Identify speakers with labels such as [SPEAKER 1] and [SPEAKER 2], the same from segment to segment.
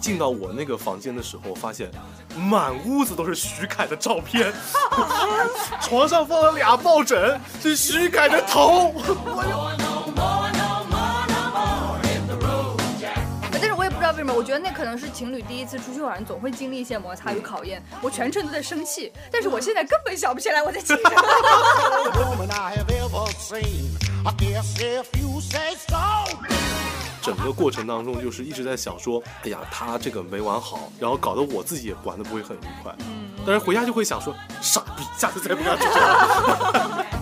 [SPEAKER 1] 进到我那个房间的时候，发现满屋子都是徐凯的照片，床上放了俩抱枕，是徐凯的头。
[SPEAKER 2] 但是我也不知道为什么，我觉得那可能是情侣第一次出去玩，总会经历一些摩擦与考验。我全程都在生气，但是我现在根本想不起来我在气什么。
[SPEAKER 3] woman I have ever seen. I guess if you say so.
[SPEAKER 1] 整个过程当中，就是一直在想说，哎呀，他这个没玩好，然后搞得我自己也玩的不会很愉快。但是回家就会想说，傻逼，下次再不要这样。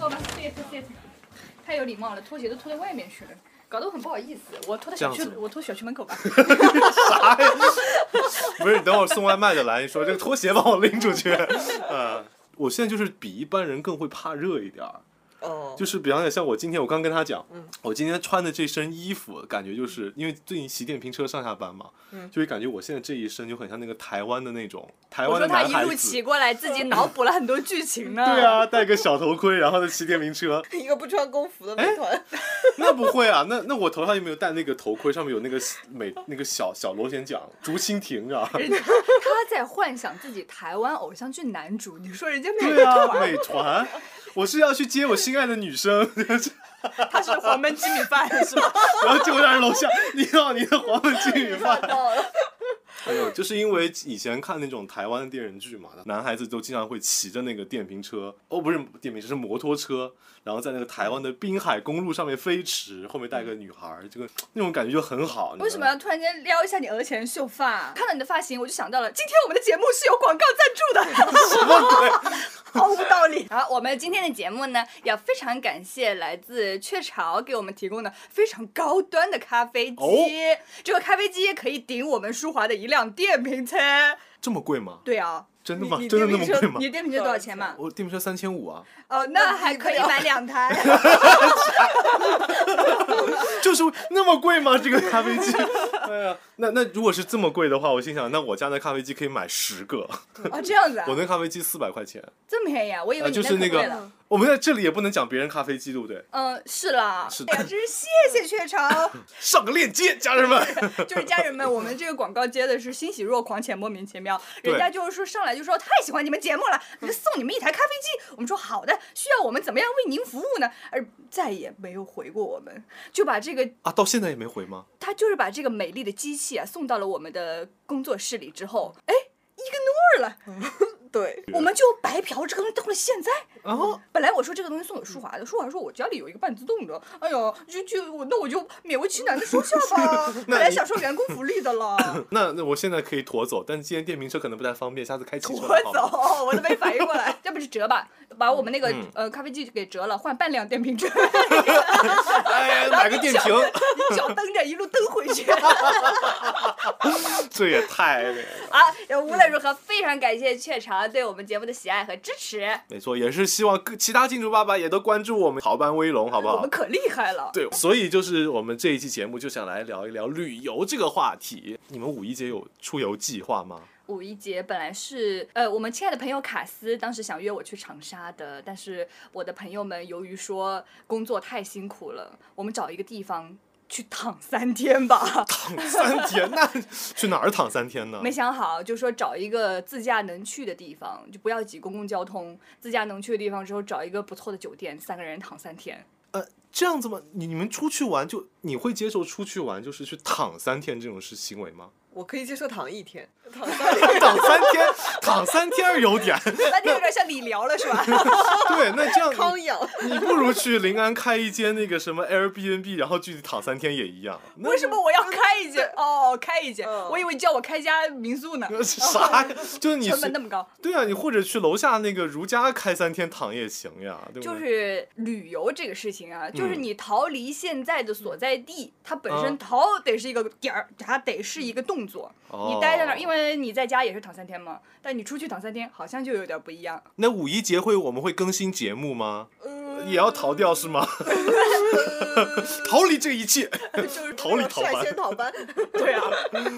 [SPEAKER 2] 我们 sit sit，太有礼貌了，拖鞋都拖到外面去了，搞得我很不好意思。我拖到小
[SPEAKER 1] 这
[SPEAKER 2] 区
[SPEAKER 1] 样，子
[SPEAKER 2] 我拖小区 门口吧。
[SPEAKER 1] 啥呀？ 不是，你等会儿送外卖的来，你说这个拖鞋帮我拎出去。 呃，我现在就是比一般人更会怕热一点儿。
[SPEAKER 4] 哦，嗯
[SPEAKER 1] 就是比方说，像我今天，我刚跟他讲，我今天穿的这身衣服，感觉就是因为最近骑电瓶车上下班嘛，就会感觉我现在这一身就很像那个台湾的那种台
[SPEAKER 4] 嗯我
[SPEAKER 1] 湾的
[SPEAKER 4] 说他
[SPEAKER 1] 男
[SPEAKER 4] 一
[SPEAKER 1] 孩
[SPEAKER 4] 路骑
[SPEAKER 1] 子，
[SPEAKER 4] 过来，自己脑补了很多剧情呢。
[SPEAKER 1] 对，啊，戴个小头盔，然后再骑电瓶车， 哎
[SPEAKER 4] 一个不穿工服的美团，
[SPEAKER 1] 那不会啊，那那我头上有没有戴那个头盔？上面有那个美那个小小螺旋桨，竹蜻蜓啊，
[SPEAKER 2] 他在幻想自己台湾偶像剧男主，你说人家没
[SPEAKER 1] 对啊，美团，我是要去接我心爱的女生，
[SPEAKER 4] 他是黄焖鸡米饭是吗？
[SPEAKER 1] 然后结果让人楼下，你好，你的黄焖鸡米饭。
[SPEAKER 4] 到了，
[SPEAKER 1] 哎呦，就是因为以前看那种台湾的电视剧嘛，男孩子都经常会骑着那个电瓶车，哦，不是电瓶车，是摩托车，然后在那个台湾的滨海公路上面飞驰，后面带个女孩儿，这个那种感觉就很好。你
[SPEAKER 2] 为
[SPEAKER 1] 知
[SPEAKER 2] 什
[SPEAKER 1] 道
[SPEAKER 2] 么
[SPEAKER 1] 吗
[SPEAKER 2] 要突然间撩一下你额前秀发？嗯 看到你的发型，我就想到了，今天我们的节目是有广告赞助 的，什么鬼？毫无道理。好，我们今天的节目呢，要非常感谢来自雀巢给我们提供的非常高端的咖啡机。
[SPEAKER 1] 哦
[SPEAKER 2] 这个咖啡机可以顶我们舒华的一辆电瓶车。
[SPEAKER 1] 这么贵吗？
[SPEAKER 2] 对啊，
[SPEAKER 1] 真的吗？
[SPEAKER 4] 你
[SPEAKER 1] 真的那么
[SPEAKER 4] 电瓶车
[SPEAKER 1] 贵吗
[SPEAKER 2] 你？的电瓶车多少 钱嘛？
[SPEAKER 1] 我电瓶车三千五啊，
[SPEAKER 2] 哦，那还可以买两台。
[SPEAKER 1] 就是那么贵吗？这个咖啡机？ 哎呀，那那如果是这么贵的话，我心想，那我家的咖啡机可以买十个。
[SPEAKER 2] 哦，这样子啊
[SPEAKER 1] 我，那咖啡机四百块钱，
[SPEAKER 2] 这么便宜啊？我以为
[SPEAKER 1] 呃，
[SPEAKER 2] 你
[SPEAKER 1] 就是
[SPEAKER 2] 那
[SPEAKER 1] 那
[SPEAKER 2] 可贵
[SPEAKER 1] 个
[SPEAKER 2] 了。
[SPEAKER 1] 我们在这里也不能讲别人咖啡机，对不对？
[SPEAKER 2] 嗯，是啦，
[SPEAKER 1] 是的
[SPEAKER 2] 哎呀，真是谢谢雀巢，
[SPEAKER 1] 上个链接，家人们。
[SPEAKER 2] 就是家人们，我们这个广告接的是欣喜若狂且莫名其妙，
[SPEAKER 1] 对
[SPEAKER 2] 人家就是说上来就说太喜欢你们节目了，我就送你们一台咖啡机，我们说好的，需要我们怎么样为您服务呢？而再也没有回过我们，就把这个
[SPEAKER 1] 啊，到现在也没回吗？
[SPEAKER 2] 他就是把这个美丽的机器啊送到了我们的工作室里之后，哎，ignore 了，
[SPEAKER 1] 嗯
[SPEAKER 4] 对，
[SPEAKER 2] 我们就白嫖这个东西到了现在。
[SPEAKER 1] 然后
[SPEAKER 2] 本来我说这个东西送给舒华的，舒华说我家里有一个半自动的，哎呦，就就我那我就勉为其难的收下 吧。本来想说员工福利的了，
[SPEAKER 1] 那那我现在可以驮走，但是今天电瓶车可能不太方便，下次开汽车
[SPEAKER 2] 我
[SPEAKER 1] 好吗。
[SPEAKER 2] 走，我都没反应过 来，要不就折吧，把我们那个、
[SPEAKER 1] 嗯
[SPEAKER 2] 呃咖啡机给折了，换半辆电 瓶车，
[SPEAKER 1] 哎，买个电瓶，
[SPEAKER 2] 一脚蹬着一路蹬回去。
[SPEAKER 1] 这也太那个了……
[SPEAKER 2] 啊，无论如何，非常感谢雀巢对我们节目的喜爱和支持，
[SPEAKER 1] 没错，也是希望各其他金主爸爸也都关注我们逃班威龙，好不
[SPEAKER 2] 我
[SPEAKER 1] 好
[SPEAKER 2] 们？可厉害了。
[SPEAKER 1] 对，所以就是我们这一期节目就想来聊一聊旅游这个话题。你们五一节有出游计划吗？
[SPEAKER 2] 五一节本来是呃，我们亲爱的朋友卡斯当时想约我去长沙的，但是我的朋友们由于说工作太辛苦了，我们找一个地方去躺三 天吧，
[SPEAKER 1] 躺三天，那去哪儿躺三天呢？
[SPEAKER 2] 没想好就说找一个自驾能去的地方，就不要挤公共交通，自驾能去的地方之后找一个不错的酒店，三个人躺 三天。
[SPEAKER 1] 呃，这样子吗？你你们出去玩就你会接受出去玩就是去躺三天这种事行为 吗？
[SPEAKER 4] 我可以接受躺一天，
[SPEAKER 1] 躺三天，躺三天有点。
[SPEAKER 2] 那天有点像理疗了是吧？
[SPEAKER 1] 对，那这样
[SPEAKER 4] 康
[SPEAKER 1] 你
[SPEAKER 4] 养。
[SPEAKER 1] 你不如去临安开一间那个什么 Airbnb，然后具体躺三天也一样。那
[SPEAKER 2] 为什么我要开 一间？哦，开一间，
[SPEAKER 4] 嗯
[SPEAKER 2] 我以为叫我开家民宿呢，
[SPEAKER 1] 那是啥呀？就是你
[SPEAKER 2] 哦成
[SPEAKER 1] 随
[SPEAKER 2] 本那么高。
[SPEAKER 1] 对啊，你或者去楼下那个如家开三天躺也行呀，对不对？
[SPEAKER 2] 就是旅游这个事情啊，就是
[SPEAKER 1] 嗯
[SPEAKER 2] 你逃离现在的所在地，它本身
[SPEAKER 1] 啊
[SPEAKER 2] 逃得是一个点儿，它得是一个动作。
[SPEAKER 1] 哦
[SPEAKER 2] 你待在那儿，因为你在家也是躺三天嘛，但你出去躺三天好像就有点不一样。
[SPEAKER 1] 那五一节会我们会更新节目吗？
[SPEAKER 4] 嗯，
[SPEAKER 1] 也要逃掉是吗？逃离这一切，
[SPEAKER 4] 就是
[SPEAKER 1] 逃离逃班
[SPEAKER 4] 率先逃班，对 啊，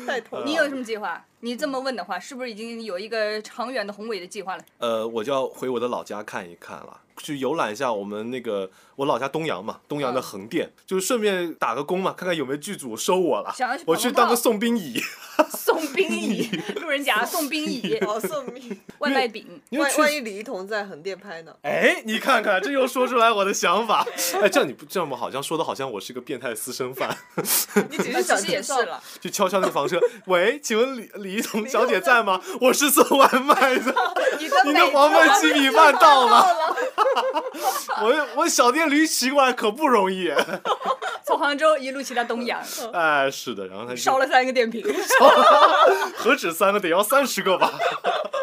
[SPEAKER 4] 带
[SPEAKER 1] 嗯
[SPEAKER 4] 头。
[SPEAKER 2] 你有什么计划？你这么问的话，是不是已经有一个长远的宏伟的计划了？
[SPEAKER 1] 呃，我就要回我的老家看一看了，去游览一下我们那个我老家东阳嘛，东阳的
[SPEAKER 2] 嗯
[SPEAKER 1] 横店，就是顺便打个工嘛，看看有没有剧组收我了
[SPEAKER 2] 想要去，
[SPEAKER 1] 我
[SPEAKER 2] 跑
[SPEAKER 1] 去
[SPEAKER 2] 龙
[SPEAKER 1] 当个
[SPEAKER 2] 套
[SPEAKER 1] 送兵乙，
[SPEAKER 2] 送冰椅，路人甲送冰椅，
[SPEAKER 4] 哦，送命。
[SPEAKER 2] 外 卖饼。
[SPEAKER 1] 因为
[SPEAKER 4] 万
[SPEAKER 1] 确
[SPEAKER 4] 万
[SPEAKER 1] 实
[SPEAKER 4] 一李一桐在横店拍呢？
[SPEAKER 1] 哎，你看看，这又说出来我的想法。哎，这样你不这样吗？好像说的好像我是个变态私生饭，
[SPEAKER 4] 你只
[SPEAKER 2] 那
[SPEAKER 4] 是
[SPEAKER 2] 呃其
[SPEAKER 4] 想
[SPEAKER 2] 实也
[SPEAKER 4] 介
[SPEAKER 2] 是
[SPEAKER 4] 绍了
[SPEAKER 2] 了，，
[SPEAKER 1] 去敲敲那个房车。 喂，请问李李一桐小姐在吗？我是送外卖的，
[SPEAKER 2] 你的
[SPEAKER 1] 您
[SPEAKER 2] 美
[SPEAKER 1] 的黄焖鸡米饭到吗？
[SPEAKER 2] 了。
[SPEAKER 1] 我我小电驴骑过来可不容 易。
[SPEAKER 2] 从杭州一路骑到东阳，
[SPEAKER 1] 哎，是的，然后他就
[SPEAKER 2] 烧了三个 电瓶。
[SPEAKER 1] 何止三个，得要三十个吧？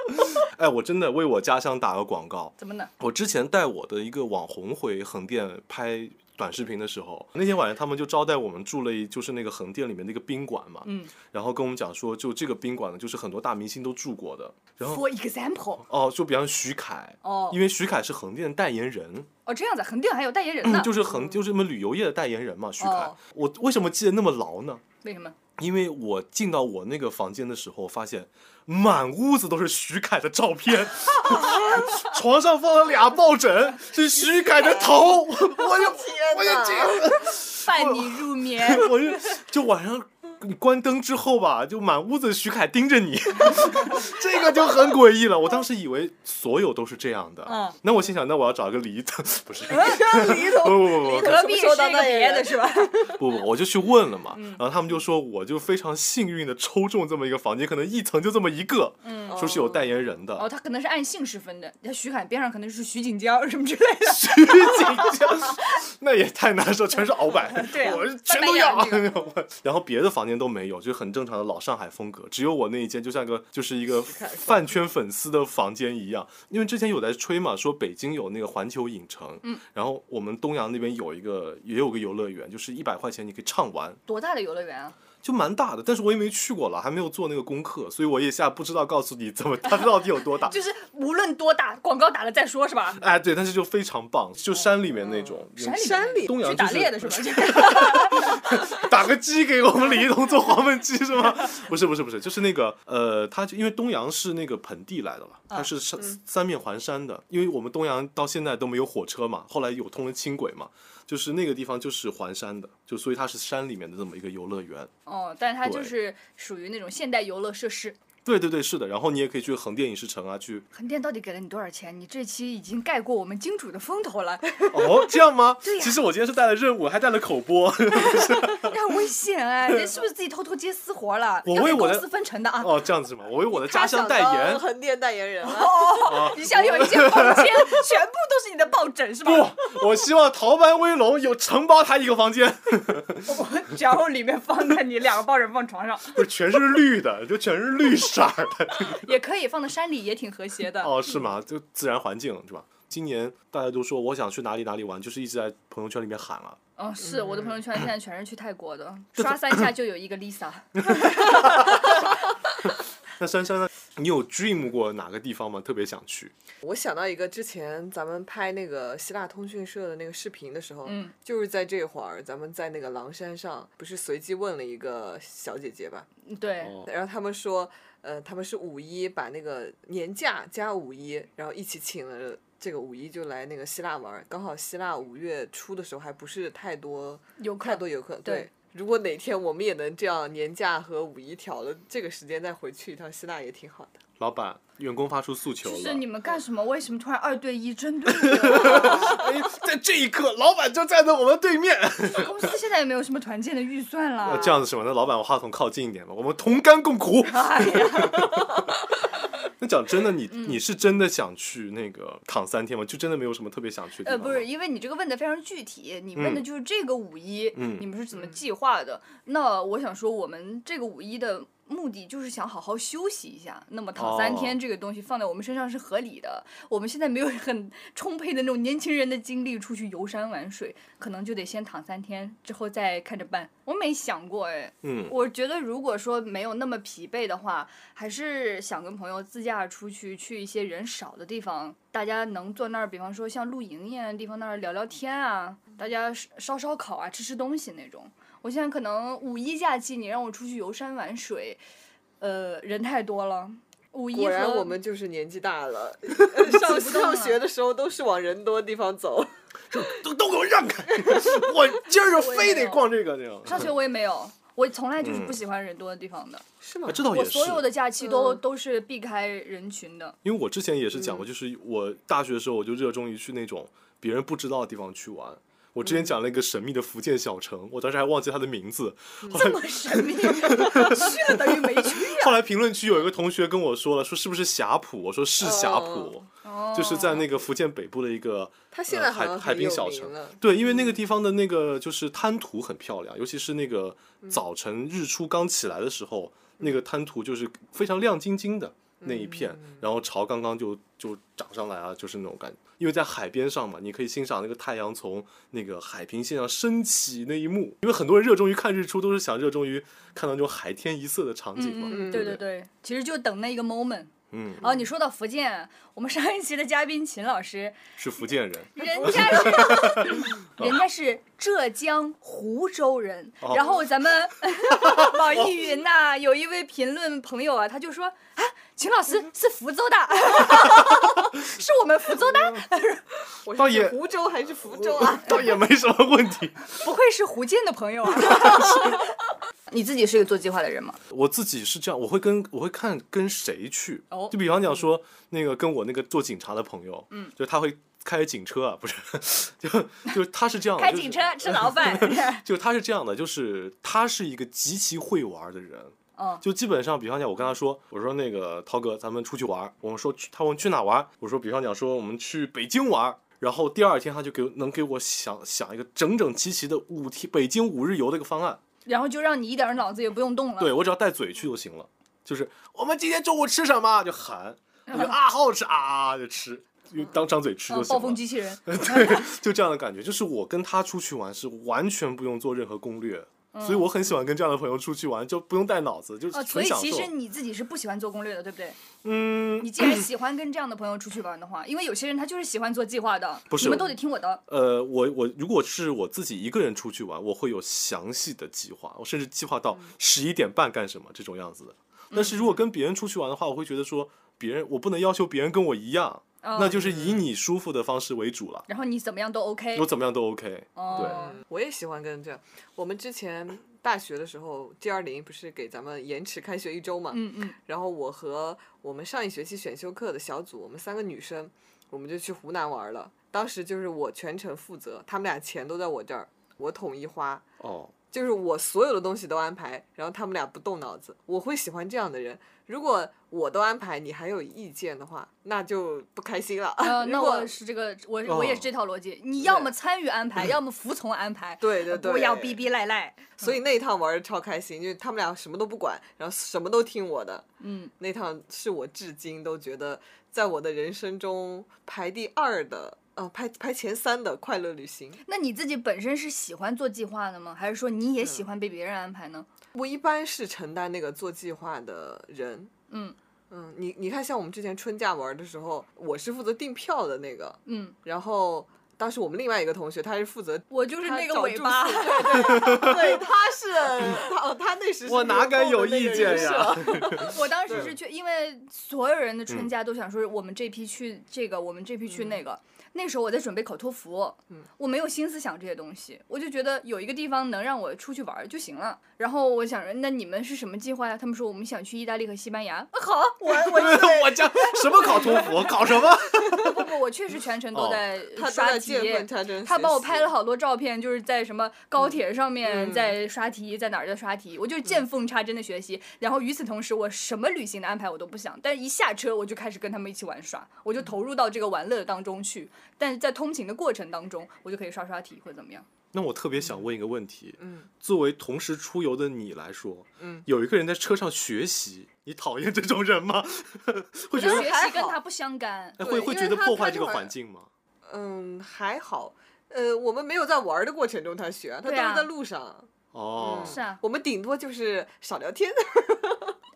[SPEAKER 1] 哎，我真的为我家乡打个广告。
[SPEAKER 2] 怎么呢？
[SPEAKER 1] 我之前带我的一个网红回横店拍短视频的时候，那天晚上他们就招待我们住了一就是那个横店里面那个宾馆嘛，
[SPEAKER 2] 嗯，
[SPEAKER 1] 然后跟我们讲说，就这个宾馆呢，就是很多大明星都住过的，然后。
[SPEAKER 2] For example，
[SPEAKER 1] 哦，就比方徐凯，
[SPEAKER 2] 哦
[SPEAKER 1] 因为徐凯是横店代言人，
[SPEAKER 2] 哦，这样子，横店还有代言人
[SPEAKER 1] 嗯
[SPEAKER 2] 呢。
[SPEAKER 1] 就是横就是我们旅游业的代言人嘛。徐凯，
[SPEAKER 2] 哦
[SPEAKER 1] 我为什么记得那么牢呢？
[SPEAKER 2] 为什么？
[SPEAKER 1] 因为我进到我那个房间的时候，发现满屋子都是徐凯的照片， 床上放了俩抱枕，是徐凯的头， 我就我就 这
[SPEAKER 2] 伴你入眠。
[SPEAKER 1] 样，我就就晚上你关灯之后吧，就满屋子徐凯盯着你， 这个就很诡异了。我当时以为所有都是这样的，
[SPEAKER 2] 嗯
[SPEAKER 1] 那我心想，那我要找一个离的， 不是。
[SPEAKER 4] 李一桐
[SPEAKER 1] 不不不不
[SPEAKER 2] 隔壁是一个别的，
[SPEAKER 4] 是
[SPEAKER 2] 是吧？
[SPEAKER 1] 不不，我就去问了嘛，然后他们就说，我就非常幸运的抽中这么一个房间，可能一层就这么一个，嗯，说是有代言人
[SPEAKER 2] 哦，
[SPEAKER 1] 的，
[SPEAKER 2] 他可能是按姓氏分的。那徐凯边上可能是徐锦江什么之类的。
[SPEAKER 1] 徐锦江，那也太难受，全是鳌拜，
[SPEAKER 2] 对啊
[SPEAKER 1] 我是全都要
[SPEAKER 2] 拜拜 呀，
[SPEAKER 1] 然后别的房间都没有，就很正常的老上海风格，只有我那一间就像个就是一个
[SPEAKER 4] 凯风
[SPEAKER 1] 饭圈粉丝的房间一样，因为之前有在吹嘛，说北京有那个环球影城，嗯，然后我们东阳那边有一个也有个游乐园，就是一百块钱你可以畅玩，
[SPEAKER 2] 多大的游乐园啊？。
[SPEAKER 1] 就蛮大的，但是我也没去过了，还没有做那个功课，所以我也现在不知道告诉你怎么它到底有多大
[SPEAKER 2] 就是无论多大，广告打了再说，是吧？
[SPEAKER 1] 哎，对，但是就非常棒，就山里面那种，
[SPEAKER 2] 山里
[SPEAKER 4] 山里
[SPEAKER 1] 东阳
[SPEAKER 2] 去
[SPEAKER 1] 就
[SPEAKER 2] 打
[SPEAKER 1] 是
[SPEAKER 2] 猎的是吧？ 就是
[SPEAKER 1] 打个鸡给我们李一桐做黄焖鸡是吗？ 不是不是不是，就是那个呃，他就因为东阳是那个盆地来的嘛，它是山、三面环山的，因为我们东阳到现在都没有火车嘛，后来有通了轻轨嘛，就是那个地方就是环山的，就所以它是山里面的这么一个游乐园。
[SPEAKER 2] 哦，但是它就
[SPEAKER 1] 对
[SPEAKER 2] 是属于那种现代游乐设施。
[SPEAKER 1] 对对对，是的，然后你也可以去横店影视城啊，去
[SPEAKER 2] 横店到底给了你多少钱？你这期已经盖过我们金主的风 头了，
[SPEAKER 1] 哦，这样吗？
[SPEAKER 2] 对呀
[SPEAKER 1] 其实我今天是带了任务，还带了口播。
[SPEAKER 2] 很危 险哎！这是不是自己偷偷接私活了？
[SPEAKER 1] 我
[SPEAKER 2] 要
[SPEAKER 1] 为
[SPEAKER 2] 给
[SPEAKER 1] 我的
[SPEAKER 2] 公司分成的啊！
[SPEAKER 1] 哦，这样子是吗？我为我的家
[SPEAKER 4] 他
[SPEAKER 1] 乡
[SPEAKER 4] 想
[SPEAKER 1] 代言
[SPEAKER 4] 当。横店代言人啊了。
[SPEAKER 1] 哦
[SPEAKER 2] 你想有一间 房间，全部都是你的抱枕是吧？
[SPEAKER 1] 不，我希望逃班威龙有承包他一个房间，
[SPEAKER 2] 我然后里面放在你两个抱枕放 床上，
[SPEAKER 1] 不是全是绿的，就全是绿色儿的。
[SPEAKER 2] 也可以放在山里，也挺和谐的。
[SPEAKER 1] 哦，是吗？就自然环境是吧？今年大家都说我想去哪里哪里玩，就是一直在朋友圈里面喊啊。
[SPEAKER 2] 嗯、是我的朋友圈现在全是去泰国的，刷三下就有一个 Lisa。
[SPEAKER 1] 那珊珊呢？你有 dream 过哪个地方吗？特别想去？
[SPEAKER 4] 我想到一个，之前咱们拍那个希腊通讯社的那个视频的时候，
[SPEAKER 2] 嗯，
[SPEAKER 4] 就是在这会儿，咱们在那个狼山上，不是随机问了一个小姐姐吧，
[SPEAKER 2] 嗯对，
[SPEAKER 1] 哦，
[SPEAKER 4] 然后他们说，呃，他们是五一把那个年假加五一，然后一起请了这个五一就来那个希腊玩儿，刚好希腊五月初的时候还不是太多
[SPEAKER 2] 游客
[SPEAKER 4] 太多游客，
[SPEAKER 2] 对
[SPEAKER 4] 如果哪天我们也能这样年假和五一调了这个时间再回去一趟希腊也挺好的。
[SPEAKER 1] 老板，员工发出诉求
[SPEAKER 2] 就
[SPEAKER 1] 了。
[SPEAKER 2] 是你们干什么？为什么突然二对一针对我？
[SPEAKER 1] 哎，在这一刻，老板就站在我们对面。
[SPEAKER 2] 公司现在也没有什么团建的预算了
[SPEAKER 1] 啊，。 这样子是吗？那老板，我话筒靠近一点吧，我们同甘共苦。
[SPEAKER 2] 哎呀， 嗯
[SPEAKER 1] 那讲真的，你你是真的想去那个躺三天吗？就真的没有什么特别想去的地
[SPEAKER 2] 呃，
[SPEAKER 1] 方吗？
[SPEAKER 2] 不是，因为你这个问的非常具体，你问的
[SPEAKER 1] 嗯
[SPEAKER 2] 就是这个五一，
[SPEAKER 1] 嗯
[SPEAKER 2] 你们是怎么计划的？那我想说，我们这个五一的目的就是想好好休息一下。那么躺三天
[SPEAKER 1] 哦
[SPEAKER 2] 这个东西放在我们身上是合理的。我们现在没有很充沛的那种年轻人的精力出去游山玩水，可能就得先躺三天，之后再看着办。我没想过哎，
[SPEAKER 1] 嗯，
[SPEAKER 2] 我觉得如果说没有那么疲惫的话，还是想跟朋友自驾出去，去一些人少的地方，大家能坐那儿，比方说像露营一样的地方那儿聊聊天啊，大家烧烧烤啊，吃吃东西那种。我现在可能五一假期你让我出去游山玩水，呃，人太多了。五一
[SPEAKER 4] 果然
[SPEAKER 2] 和
[SPEAKER 4] 我们就是年纪大了，
[SPEAKER 2] 记
[SPEAKER 4] 上
[SPEAKER 2] 不动
[SPEAKER 4] 上
[SPEAKER 2] 了
[SPEAKER 4] 学的时候都是往人多的地方走。
[SPEAKER 1] 都都给我让开！我今儿就非得逛这个这种。
[SPEAKER 2] 上学我也没有，我从来就是不
[SPEAKER 1] 嗯
[SPEAKER 2] 喜欢人多的地方的。
[SPEAKER 4] 是吗
[SPEAKER 1] 啊，这倒
[SPEAKER 2] 我
[SPEAKER 1] 也是。
[SPEAKER 2] 所有的假期都、
[SPEAKER 4] 嗯
[SPEAKER 2] 都是避开人群的。
[SPEAKER 1] 因为我之前也是讲过，就是我大学的时候，我就热衷于去那种别人不知道的地方去玩。我
[SPEAKER 4] 嗯
[SPEAKER 1] 之前讲了一个神秘的福建小城，我当时还忘记它的名字。后
[SPEAKER 2] 这
[SPEAKER 1] 来
[SPEAKER 2] 么神秘，去了等于没去
[SPEAKER 1] 后来评论区有一个同学跟我说了，说是不是霞浦？我说是霞浦
[SPEAKER 4] 哦，
[SPEAKER 2] 啊。
[SPEAKER 1] 就是在那个福建北部的一个
[SPEAKER 4] 他现在
[SPEAKER 1] 呃
[SPEAKER 4] 好
[SPEAKER 1] 海
[SPEAKER 4] 像
[SPEAKER 1] 海
[SPEAKER 4] 很
[SPEAKER 1] 滨
[SPEAKER 4] 有
[SPEAKER 1] 小
[SPEAKER 4] 名
[SPEAKER 1] 城。
[SPEAKER 4] 了。
[SPEAKER 1] 对，因为那个地方的那个就是滩涂很漂亮，尤其是那个早晨日出刚起来的时候，那个滩涂就是非常亮晶晶的那一片，然后潮刚刚就就涨上来啊，就是那种感觉。因为在海边上嘛，你可以欣赏那个太阳从那个海平线上升起那一幕。因为很多人热衷于看日出，都是想热衷于看到那种海天一色的场景嘛。
[SPEAKER 2] 嗯，
[SPEAKER 4] 嗯
[SPEAKER 2] 对
[SPEAKER 1] 对
[SPEAKER 2] 对，其实就等那一个 moment。
[SPEAKER 1] 嗯，
[SPEAKER 2] 哦，你说到福建，我们上一期的嘉宾秦 老师，
[SPEAKER 1] 是福建人，
[SPEAKER 2] 人 家是人家是浙江湖州人。
[SPEAKER 1] 哦
[SPEAKER 2] 然后 咱们网易云呐、有一位评论朋友啊，他就说啊，秦老师是福州的， 是我们福州的，
[SPEAKER 1] 嗯
[SPEAKER 4] 我是
[SPEAKER 1] 倒也
[SPEAKER 4] 湖州还是福州啊？
[SPEAKER 1] 倒也没什么问题。
[SPEAKER 2] 不愧是福建的朋 友啊。你自己是一个做计划的人吗？
[SPEAKER 1] 我自己是这样，我会跟我会看跟谁去，
[SPEAKER 2] 哦
[SPEAKER 1] 就比方讲说、那个跟我那个做警察的朋友，
[SPEAKER 2] 嗯，
[SPEAKER 1] 就他会开警车啊，不是， 就就他是这样的，
[SPEAKER 2] 开警车吃 牢饭，
[SPEAKER 1] 就，就他是这样的，就是他是一个极其会玩的 人，
[SPEAKER 2] 嗯，
[SPEAKER 1] 就基本上，比方讲，我跟他说，我说那个涛哥，咱们出去玩儿。我们说去，他问去哪玩儿？我说，比方讲说我们去北京玩儿。然后第二天他就给我能给我想想一个整整齐齐的五天北京五日游的一个方案，
[SPEAKER 2] 然后就让你一点儿脑子也不用动了。
[SPEAKER 1] 对我只要带嘴去就行了。就是我们今天中午吃什么就喊，我就啊好吃啊就吃，就当张嘴吃就
[SPEAKER 2] 嗯，
[SPEAKER 1] 行
[SPEAKER 2] 暴
[SPEAKER 1] 了。
[SPEAKER 2] 风机器人，
[SPEAKER 1] 对，就这样的感觉。就是我跟他出去玩是完全不用做任何攻略，所以我很喜欢跟这样的朋友出去玩，就不用带脑子，就是
[SPEAKER 2] 嗯哦，所
[SPEAKER 1] 纯
[SPEAKER 2] 以
[SPEAKER 1] 享
[SPEAKER 2] 其
[SPEAKER 1] 受
[SPEAKER 2] 实。你自己是不喜欢做攻略的，对不对？
[SPEAKER 1] 嗯，
[SPEAKER 2] 你既然喜欢跟这样的朋友出去玩的话，因为有些人他就是喜欢做计划的，
[SPEAKER 1] 不是
[SPEAKER 2] 你们都得听我的。
[SPEAKER 1] 呃，我我如果是我自己一个人出去玩，我会有详细的计划，我甚至计划
[SPEAKER 2] 嗯
[SPEAKER 1] 到十一点半干什么这种样子的。但是如果跟别人出去玩的话，我会觉得说别人我不能要求别人跟我一样，
[SPEAKER 2] 哦
[SPEAKER 1] 那就是以你舒服的方式为主了，
[SPEAKER 2] 然后你怎么样都 OK
[SPEAKER 1] 我。怎么样都 OK。
[SPEAKER 2] 哦，
[SPEAKER 4] 嗯我也喜欢跟这样。我们之前大学的时候，G 二零不是给咱们延迟开学一周嘛？
[SPEAKER 2] 嗯 嗯，
[SPEAKER 4] 然后我和我们上一学期选修课的小组，我们三个女生，我们就去湖南玩了。当时就是我全程负责，他们俩钱都在我这儿，我统一花，
[SPEAKER 1] 哦，
[SPEAKER 4] 就是我所有的东西都安排，然后他们俩不动脑子。我会喜欢这样的人。如果我都安排，你还有意见的话，那就不开心了。
[SPEAKER 2] 呃，
[SPEAKER 4] 如
[SPEAKER 2] 那
[SPEAKER 4] 果
[SPEAKER 2] 我是这个，我
[SPEAKER 1] 哦
[SPEAKER 2] 我也是这套逻辑。你要么参与安排，要么服从安排。
[SPEAKER 4] 对对对，
[SPEAKER 2] 不要逼逼赖赖。
[SPEAKER 4] 所以那一趟玩的超开心，就是他们俩什么都不管，然后什么都听我的。
[SPEAKER 2] 嗯，
[SPEAKER 4] 那趟是我至今都觉得，在我的人生中排第二的，呃，排排前三的快乐旅行。
[SPEAKER 2] 那你自己本身是喜欢做计划的吗？还是说你也喜欢被别人安排呢？
[SPEAKER 4] 我一般是承担那个做计划的人。
[SPEAKER 2] 嗯
[SPEAKER 4] 嗯，你你看，像我们之前春假玩的时候，我是负责订票的那个，
[SPEAKER 2] 嗯，
[SPEAKER 4] 然后当时我们另外一个同学他是负责。
[SPEAKER 2] 我就是
[SPEAKER 4] 他
[SPEAKER 2] 那个
[SPEAKER 4] 找
[SPEAKER 2] 尾
[SPEAKER 4] 住
[SPEAKER 2] 巴
[SPEAKER 4] 宿。对，他是 他，他那时是
[SPEAKER 1] 我哪敢有
[SPEAKER 4] 流动的那
[SPEAKER 1] 意
[SPEAKER 4] 个
[SPEAKER 1] 见
[SPEAKER 4] 人
[SPEAKER 1] 呀
[SPEAKER 4] 设？
[SPEAKER 2] 我当时是去，因为所有人的春假都想说，我们这批去这个，我们这批
[SPEAKER 4] 嗯
[SPEAKER 2] 去那个。那时候我在准备考托福，我没有心思想这些东西，我就觉得有一个地方能让我出去玩儿就行了。然后我想着，那你们是什么计划呀？他们说我们想去意大利和西班牙。啊 好啊，我我
[SPEAKER 1] 我家什么考托福，考什么？
[SPEAKER 2] 不不不，我确实全程都
[SPEAKER 1] 哦
[SPEAKER 2] 在
[SPEAKER 4] 他都
[SPEAKER 2] 刷
[SPEAKER 4] 在
[SPEAKER 2] 题。
[SPEAKER 4] 见缝 插针学习，
[SPEAKER 2] 他帮我拍了好多照片，就是在什么高铁上面
[SPEAKER 4] 嗯
[SPEAKER 2] 在刷题，在哪儿在刷题，我就是见缝插针的学习。然后与此同时，我什么旅行的安排我都不想，但是一下车我就开始跟他们一起玩耍，我就投入到这个玩乐当中去。但是在通勤的过程当中，我就可以刷刷题或者怎么样。
[SPEAKER 1] 那我特别想问一个问题，
[SPEAKER 4] 嗯，
[SPEAKER 1] 作为同时出游的你来说，
[SPEAKER 4] 嗯，
[SPEAKER 1] 有一个人在车上学习，你讨厌这种人 吗？会觉
[SPEAKER 2] 就
[SPEAKER 1] 得
[SPEAKER 2] 学
[SPEAKER 4] 还
[SPEAKER 2] 习跟
[SPEAKER 4] 好
[SPEAKER 2] 他不相干。
[SPEAKER 1] 哎会
[SPEAKER 4] 对
[SPEAKER 1] 会
[SPEAKER 4] 因
[SPEAKER 1] 觉
[SPEAKER 4] 为
[SPEAKER 1] 得
[SPEAKER 4] 他
[SPEAKER 1] 破坏
[SPEAKER 4] 他
[SPEAKER 1] 这
[SPEAKER 4] 这
[SPEAKER 1] 个
[SPEAKER 4] 会
[SPEAKER 1] 环
[SPEAKER 4] 儿
[SPEAKER 1] 境吗？
[SPEAKER 4] 嗯，还好。呃，我们没有在玩儿的过程中他学，他都
[SPEAKER 2] 对
[SPEAKER 4] 是
[SPEAKER 2] 啊
[SPEAKER 4] 在路上。嗯
[SPEAKER 1] 哦，
[SPEAKER 2] 是啊
[SPEAKER 4] 我们顶多就是少聊天。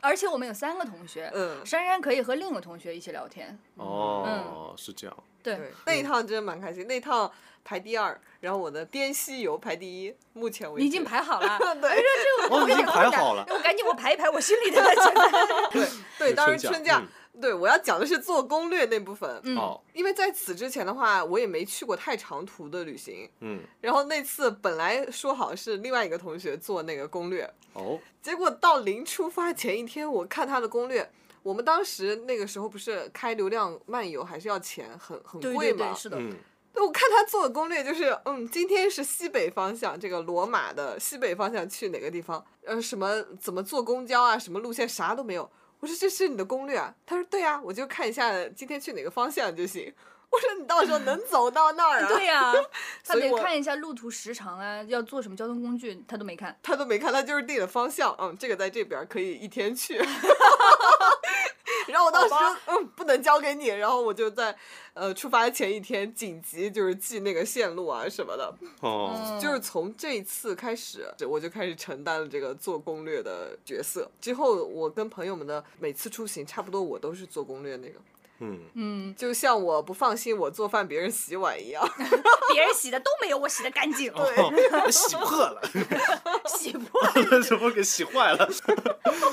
[SPEAKER 2] 而且我们有三个同学，
[SPEAKER 4] 嗯，
[SPEAKER 2] 珊珊可以和另一个同学一起聊天。
[SPEAKER 1] 哦，是这样。
[SPEAKER 2] 对，
[SPEAKER 4] 对，那一趟真的蛮开心，那一趟排第二，然后我的滇西游排第一，目前为止
[SPEAKER 2] 你已经。排好了。
[SPEAKER 4] 对
[SPEAKER 1] 哦，已经排好了，
[SPEAKER 2] 我赶紧我排一排我心里的 前面。
[SPEAKER 4] 对对，当然
[SPEAKER 1] 春
[SPEAKER 4] 春
[SPEAKER 1] 假嗯
[SPEAKER 4] 假，对我要讲的是做攻略那部分，
[SPEAKER 2] 嗯
[SPEAKER 1] 哦，
[SPEAKER 4] 因为在此之前的话，我也没去过太长途的旅行。
[SPEAKER 1] 嗯，
[SPEAKER 4] 然后那次本来说好是另外一个同学做那个攻略，
[SPEAKER 1] 哦，
[SPEAKER 4] 结果到临出发前一天，我看他的攻略。我们当时那个时候不是开流量漫游还是要钱，很很
[SPEAKER 2] 对
[SPEAKER 4] 贵
[SPEAKER 2] 对
[SPEAKER 4] 嘛
[SPEAKER 2] 对，。是的。
[SPEAKER 1] 嗯，
[SPEAKER 4] 对我看他做的攻略就是，嗯，今天是西北方向，这个罗马的西北方向去哪个地方？呃，什么怎么坐公交啊，什么路线啥都没有。我说这是你的攻略啊？他说对啊，我就看一下今天去哪个方向就行。我说你到时候能走到那儿 啊？
[SPEAKER 2] 对 呀、他
[SPEAKER 4] 所以
[SPEAKER 2] 得
[SPEAKER 4] 我
[SPEAKER 2] 看一下路途时长啊，要坐什么交通工具，他都没看。
[SPEAKER 4] 他都没看，他就是定的方向，嗯，这个在这边儿可以一天 去。然后我当时就嗯不能交给你，然后我就在呃出发前一天紧急就是记那个线路啊什么的，
[SPEAKER 1] 哦，
[SPEAKER 2] 嗯
[SPEAKER 4] 就是从这一次开始，我就开始承担了这个做攻略的角色。之后我跟朋友们的每次出行，差不多我都是做攻略那个，
[SPEAKER 1] 嗯，
[SPEAKER 2] 嗯，
[SPEAKER 4] 就像我不放心我做饭别人洗碗一样。
[SPEAKER 2] 别人洗的都没有我洗的干净，
[SPEAKER 1] 哦，洗破了，
[SPEAKER 2] 洗不完。
[SPEAKER 1] 什么给洗坏了？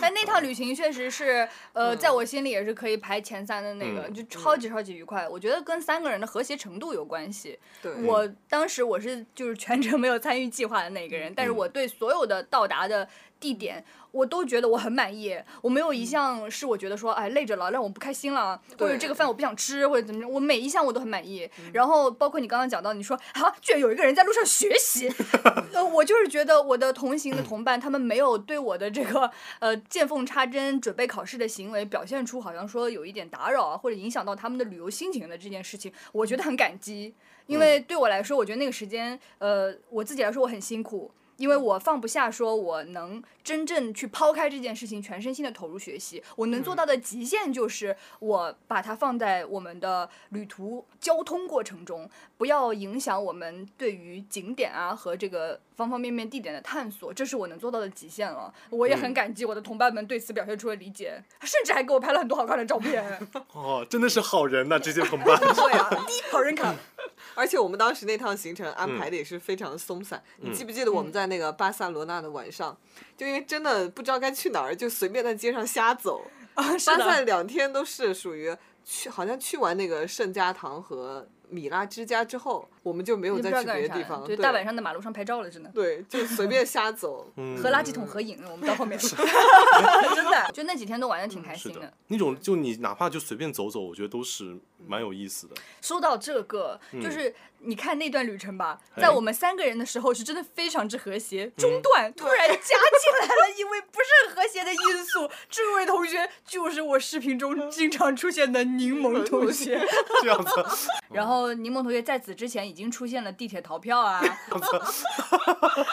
[SPEAKER 2] 但那趟旅行确实是，呃，
[SPEAKER 4] 嗯
[SPEAKER 2] 在我心里也是可以排前三的那个，
[SPEAKER 1] 嗯
[SPEAKER 2] 就超级超级愉快。我觉得跟三个人的和谐程度有关系。
[SPEAKER 4] 对，
[SPEAKER 2] 我当时我是就是全程没有参与计划的那个
[SPEAKER 4] 嗯
[SPEAKER 2] 人，但是我对所有的到达的地点，我都觉得我很满意。我没有一项是我觉得说，哎，累着了，让我不开心了，或者
[SPEAKER 4] 对
[SPEAKER 2] 这个饭我不想吃，或者怎么着，我每一项我都很满意。然后包括你刚刚讲到，你说啊，居然有一个人在路上学习，呃，我就是觉得我的同行的同伴，他们没有对我的这个呃见缝插针准备考试的行为表现出好像说有一点打扰啊，或者影响到他们的旅游心情的这件事情，我觉得很感激，因为对我来说，我觉得那个时间，呃，我自己来说我很辛苦。因为我放不下，说我能真正去抛开这件事情，全身心的投入学习。我能做到的极限就是，我把它放在我们的旅途交通过程中，不要影响我们对于景点啊和这个方方面面地点的探索，这是我能做到的极限了。我也很
[SPEAKER 1] 嗯
[SPEAKER 2] 感激我的同伴们对此表现出了理解，甚至还给我拍了很多好看的照 片。
[SPEAKER 1] 哦，真的是好人呐，这些同伴。
[SPEAKER 2] 对啊，第一好人卡。
[SPEAKER 4] 而且我们当时那趟行程安排的也是非常松散。
[SPEAKER 1] 嗯
[SPEAKER 4] 你记不记得我们在那个巴塞罗那的晚上，就因为真的不知道该去哪儿，就随便在街上瞎走。
[SPEAKER 2] 啊，是
[SPEAKER 4] 巴
[SPEAKER 2] 的，
[SPEAKER 4] 塞两天都是属于去，好像去完那个圣家堂和米拉之家之后，我们就没有
[SPEAKER 2] 不知
[SPEAKER 4] 再
[SPEAKER 2] 道
[SPEAKER 4] 去
[SPEAKER 2] 干
[SPEAKER 4] 别
[SPEAKER 2] 啥
[SPEAKER 4] 的
[SPEAKER 2] 了
[SPEAKER 4] 地方。
[SPEAKER 2] 对，
[SPEAKER 4] 对，
[SPEAKER 2] 大晚上在马路上拍照了，真的。
[SPEAKER 4] 对，就随便瞎走。
[SPEAKER 1] 嗯
[SPEAKER 2] 和垃圾桶合影，我们到后面， 真的，就那几天都玩的挺开
[SPEAKER 1] 是
[SPEAKER 2] 心的
[SPEAKER 1] 的。，那种就你哪怕就随便走走，我觉得都是蛮有意思的。
[SPEAKER 2] 说到这个，就
[SPEAKER 1] 嗯
[SPEAKER 2] 是你看那段旅程吧，
[SPEAKER 1] 哎
[SPEAKER 2] 在我们三个人的时候是真的非常之和谐。中段突然加进来了一位不是和谐的因素，这位同学就是我视频中经常出现的柠檬同学。
[SPEAKER 1] 这样子，
[SPEAKER 2] 然后柠檬同学在此之前已经出现了地铁逃票啊。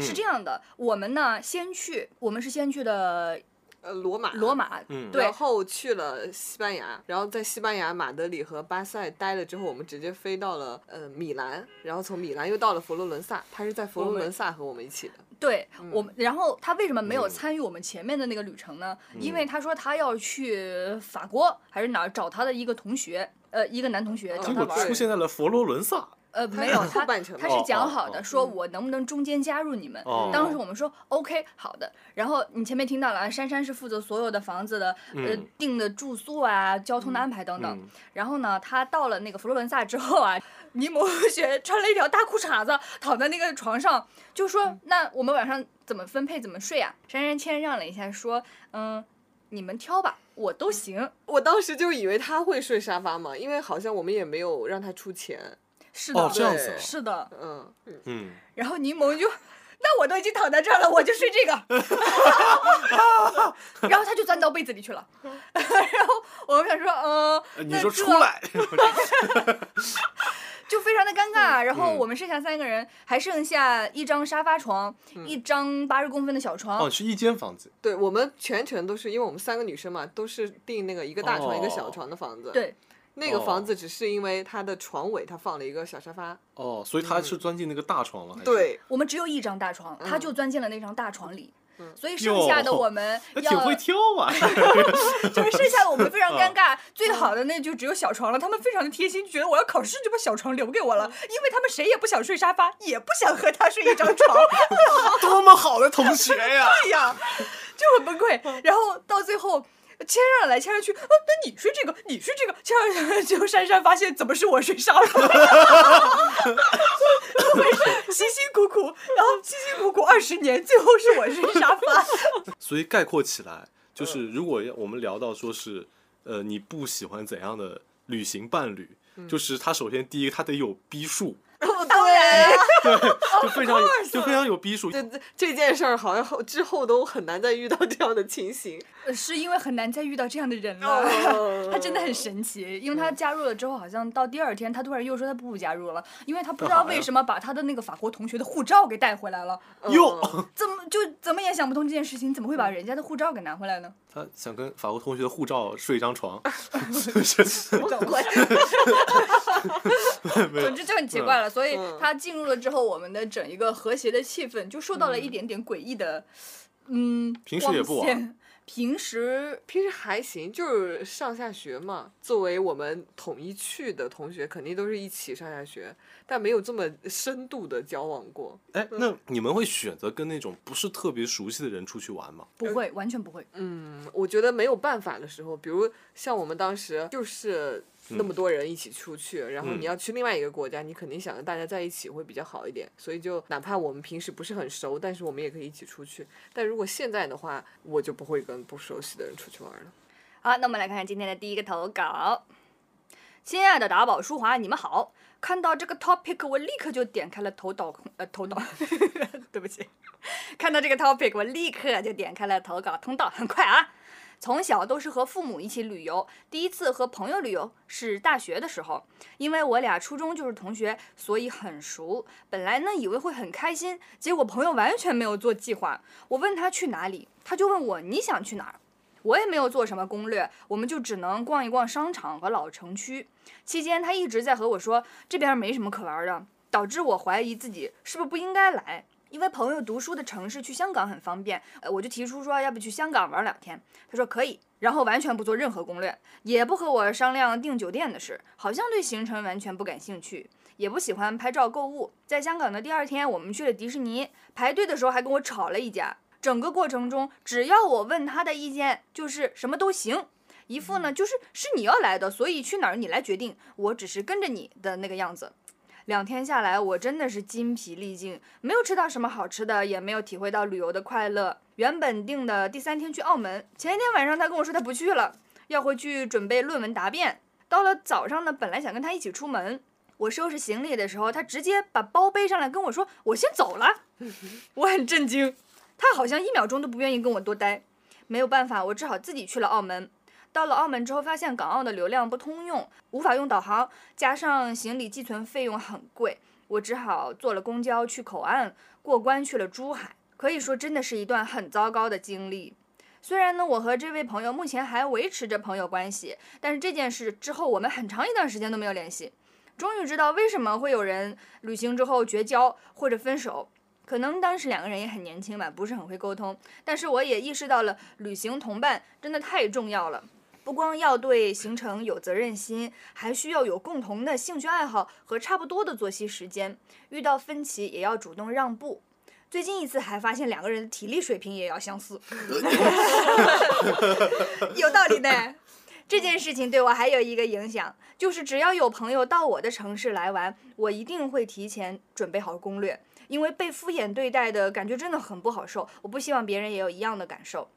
[SPEAKER 2] 是这样的，我们呢先去，我们是先去的
[SPEAKER 4] 呃，罗马，
[SPEAKER 2] 罗。马，
[SPEAKER 1] 嗯
[SPEAKER 2] 对
[SPEAKER 4] 然，后去了西班牙，然后在西班牙马德里和巴塞待了之后，我们直接飞到了呃米兰，然后从米兰又到了佛罗伦萨，他是在佛罗伦萨和我们一起的。
[SPEAKER 2] 对、我们，然后他为什么没
[SPEAKER 1] 嗯
[SPEAKER 2] 有参与我们前面的那个旅程呢？因为他说他要去法国还是哪儿找他的一个同学，呃，一个男同学找
[SPEAKER 1] 结果
[SPEAKER 2] 他玩儿
[SPEAKER 1] 出，现在了佛罗伦萨。
[SPEAKER 2] 呃，
[SPEAKER 4] 他
[SPEAKER 2] 没
[SPEAKER 4] 是
[SPEAKER 2] 有
[SPEAKER 4] 后
[SPEAKER 2] 他
[SPEAKER 4] 半程
[SPEAKER 2] 他
[SPEAKER 4] 吧
[SPEAKER 2] 是
[SPEAKER 1] 哦
[SPEAKER 2] 讲
[SPEAKER 1] 哦
[SPEAKER 2] 好
[SPEAKER 1] 哦
[SPEAKER 2] 的，说我能不能中间加入你们。
[SPEAKER 1] 哦，
[SPEAKER 2] 当时我们说 OK 好的，然后你前面听到了，啊，珊珊是负责所有的房子的、呃
[SPEAKER 1] 嗯
[SPEAKER 2] 订的住宿啊、交通的安排等等。
[SPEAKER 1] 嗯
[SPEAKER 2] 然后呢，他到了那个佛罗伦萨之后啊， 柠檬同学穿了一条大裤衩子，躺在那个床上，就说：“
[SPEAKER 1] 嗯
[SPEAKER 2] 那我们晚上怎么分配，怎么睡啊？”珊珊谦让了一下，说：“嗯，你们挑吧，我都行。
[SPEAKER 4] 我当时就以为他会睡沙发嘛，因为好像我们也没有让他出钱。”
[SPEAKER 2] 是的，
[SPEAKER 1] 哦，这样子
[SPEAKER 4] 对
[SPEAKER 1] 啊，
[SPEAKER 2] 是的。
[SPEAKER 4] 嗯，
[SPEAKER 1] 嗯，
[SPEAKER 2] 然后柠檬就，那我都已经躺在这儿了，我就 睡这个。 然后他就钻到被子里去了。
[SPEAKER 1] 呃
[SPEAKER 2] 然后我们想说，嗯、
[SPEAKER 1] 呃你
[SPEAKER 2] 那
[SPEAKER 1] 说
[SPEAKER 2] 这
[SPEAKER 1] 出来，
[SPEAKER 2] 就非常的尴尬。然后
[SPEAKER 1] 嗯
[SPEAKER 2] 我们剩下三个人，还剩下一张沙发床，一张八十公分的小床
[SPEAKER 1] 嗯哦，。是一间房子，
[SPEAKER 4] 对我们全程都是，因为我们三个女生嘛，都是订那个一个大床、一个小
[SPEAKER 1] 哦
[SPEAKER 4] 床的房子。，
[SPEAKER 2] 对，
[SPEAKER 4] 那个房
[SPEAKER 1] 哦
[SPEAKER 4] 子只是因为它的床尾它放了一个小沙发。
[SPEAKER 1] 哦，所以
[SPEAKER 2] 嗯
[SPEAKER 1] 他是钻进那个大床了，还是，
[SPEAKER 4] 对，
[SPEAKER 2] 我们只有一张大床，他就钻进了那张大床里。所以剩
[SPEAKER 1] 嗯哟
[SPEAKER 2] 下的 我们
[SPEAKER 1] 还挺嗯
[SPEAKER 2] 要
[SPEAKER 1] 会挑啊，
[SPEAKER 2] 就是剩下的我们非常尴尬，最好的那就只有小床了。他们非常的贴心，觉得我要考试就把小床留给我
[SPEAKER 1] 嗯
[SPEAKER 2] 了，因为他们谁也不想睡沙发，也不想和他睡一张床。
[SPEAKER 1] 多么好的同学呀！
[SPEAKER 2] 对呀，就很崩溃。然后到最后。谦让来谦让去，啊，那你睡这个，你睡这个，谦让 就珊珊发现怎么是我睡沙发，怎么回事？辛辛苦苦，然后辛辛苦苦二十年，最后是我睡沙发。
[SPEAKER 1] 所以概括起来，
[SPEAKER 2] 嗯
[SPEAKER 1] 就是如果要我们聊到说是，呃，你不喜欢怎样的旅行伴侣，就是他首先第一，他得有逼数，
[SPEAKER 2] 嗯哦当然，啊
[SPEAKER 1] 就非常有就非常有逼数。
[SPEAKER 4] 这这这件事儿好像后之后都很难再遇到这样的情形。
[SPEAKER 2] 是因为很难再遇到这样的人了。
[SPEAKER 4] 哦
[SPEAKER 2] 他真的很神奇，因为他加入了之后，好像到第二天，他突然又说他不加入了，因为他不知道为什么把他的那个法国同学的护照给带回来了，
[SPEAKER 1] 哟，
[SPEAKER 2] 怎么就怎么也想不通这件事情，怎么会把人家的护照给拿回来呢？
[SPEAKER 1] 他想跟法国同学的护照睡一张床， 是不是？
[SPEAKER 2] 不懂，总之就很奇怪
[SPEAKER 1] 嗯
[SPEAKER 2] 了。所以他进入了之后，我们的整一个和谐的气氛就受到了一点点诡异的，嗯，
[SPEAKER 1] 嗯平时也不玩
[SPEAKER 2] 光线。平时
[SPEAKER 4] 平时还行，就是上下学嘛。作为我们统一去的同学，肯定都是一起上下学，但没有这么深度的交往过。
[SPEAKER 1] 哎，那你们会选择跟那种不是特别熟悉的人出去玩吗？
[SPEAKER 2] 不会，完全不会。
[SPEAKER 4] 嗯，我觉得没有办法的时候，比如像我们当时就是那么多人一起出去，然后
[SPEAKER 1] 嗯
[SPEAKER 4] 你要去另外一个国家，你肯定想着大家在一起会比较好一点，所以就哪怕我们平时不是很熟，但是我们也可以一起出去。但如果现在的话，我就不会跟不熟悉的人出去 玩了。
[SPEAKER 2] 好，那我们来看看今天的第一个投稿。亲爱的打宝舒华，你们好！看到这个 topic，我立刻就点开了投稿，呃，投稿， 对不起，看到这个 topic，我立刻就点开了投稿通道，很快啊。从小都是和父母一起旅游，第一次和朋友旅游是大学的时候，因为我俩初中就是同学，所以很熟。本来呢以为会很开心，结果朋友完全没有做计划。我问他去哪里，他就问我你想去哪儿，我也没有做什么攻略，我们就只能逛一逛商场和老城区。期间，他一直在和我说这边没什么可玩的，导致我怀疑自己是不是不应该来。因为朋友读书的城市去香港很方便，呃，我就提出说要不去香港玩两天，他说可以，然后完全不做任何攻略，也不和我商量订酒店的事，好像对行程完全不感兴趣，也不喜欢拍照购物。在香港的第二天，我们去了迪士尼，排队的时候还跟我吵了一架。整个过程中，只要我问他的意见，就是什么都行。一副呢，就是是你要来的，所以去哪儿你来决定，我只是跟着你的那个样子。两天下来，我真的是筋疲力尽，没有吃到什么好吃的，也没有体会到旅游的快乐。原本定的第三天去澳门，前一天晚上他跟我说他不去了，要回去准备论文答辩。到了早上呢，本来想跟他一起出门，我收拾行李的时候，他直接把包背上来跟我说：“我先走了。”我很震惊，他好像一秒钟都不愿意跟我多待。没有办法，我只好自己去了澳门。到了澳门之后，发现港澳的流量不通用，无法用导航，加上行李寄存费用很贵，我只好坐了公交去口岸，过关去了珠海。可以说，真的是一段很糟糕的经历。虽然呢，我和这位朋友目前还维持着朋友关系，但是这件事之后，我们很长一段时间都没有联系。终于知道为什么会有人旅行之后绝交或者分手，可能当时两个人也很年轻吧，不是很会沟通。但是我也意识到了，旅行同伴真的太重要了。不光要对行程有责任心，还需要有共同的兴趣爱好和差不多的作息时间。遇到分歧也要主动让步。最近一次还发现两个人的体力水平也要相似， 有道理呢。这件事情对我还有一个影响，就是只要有朋友到我的城市来玩，我一定会提前准备好攻略，因为被敷衍对待的感觉真的很不好受，我不希望别人也有一样的感受。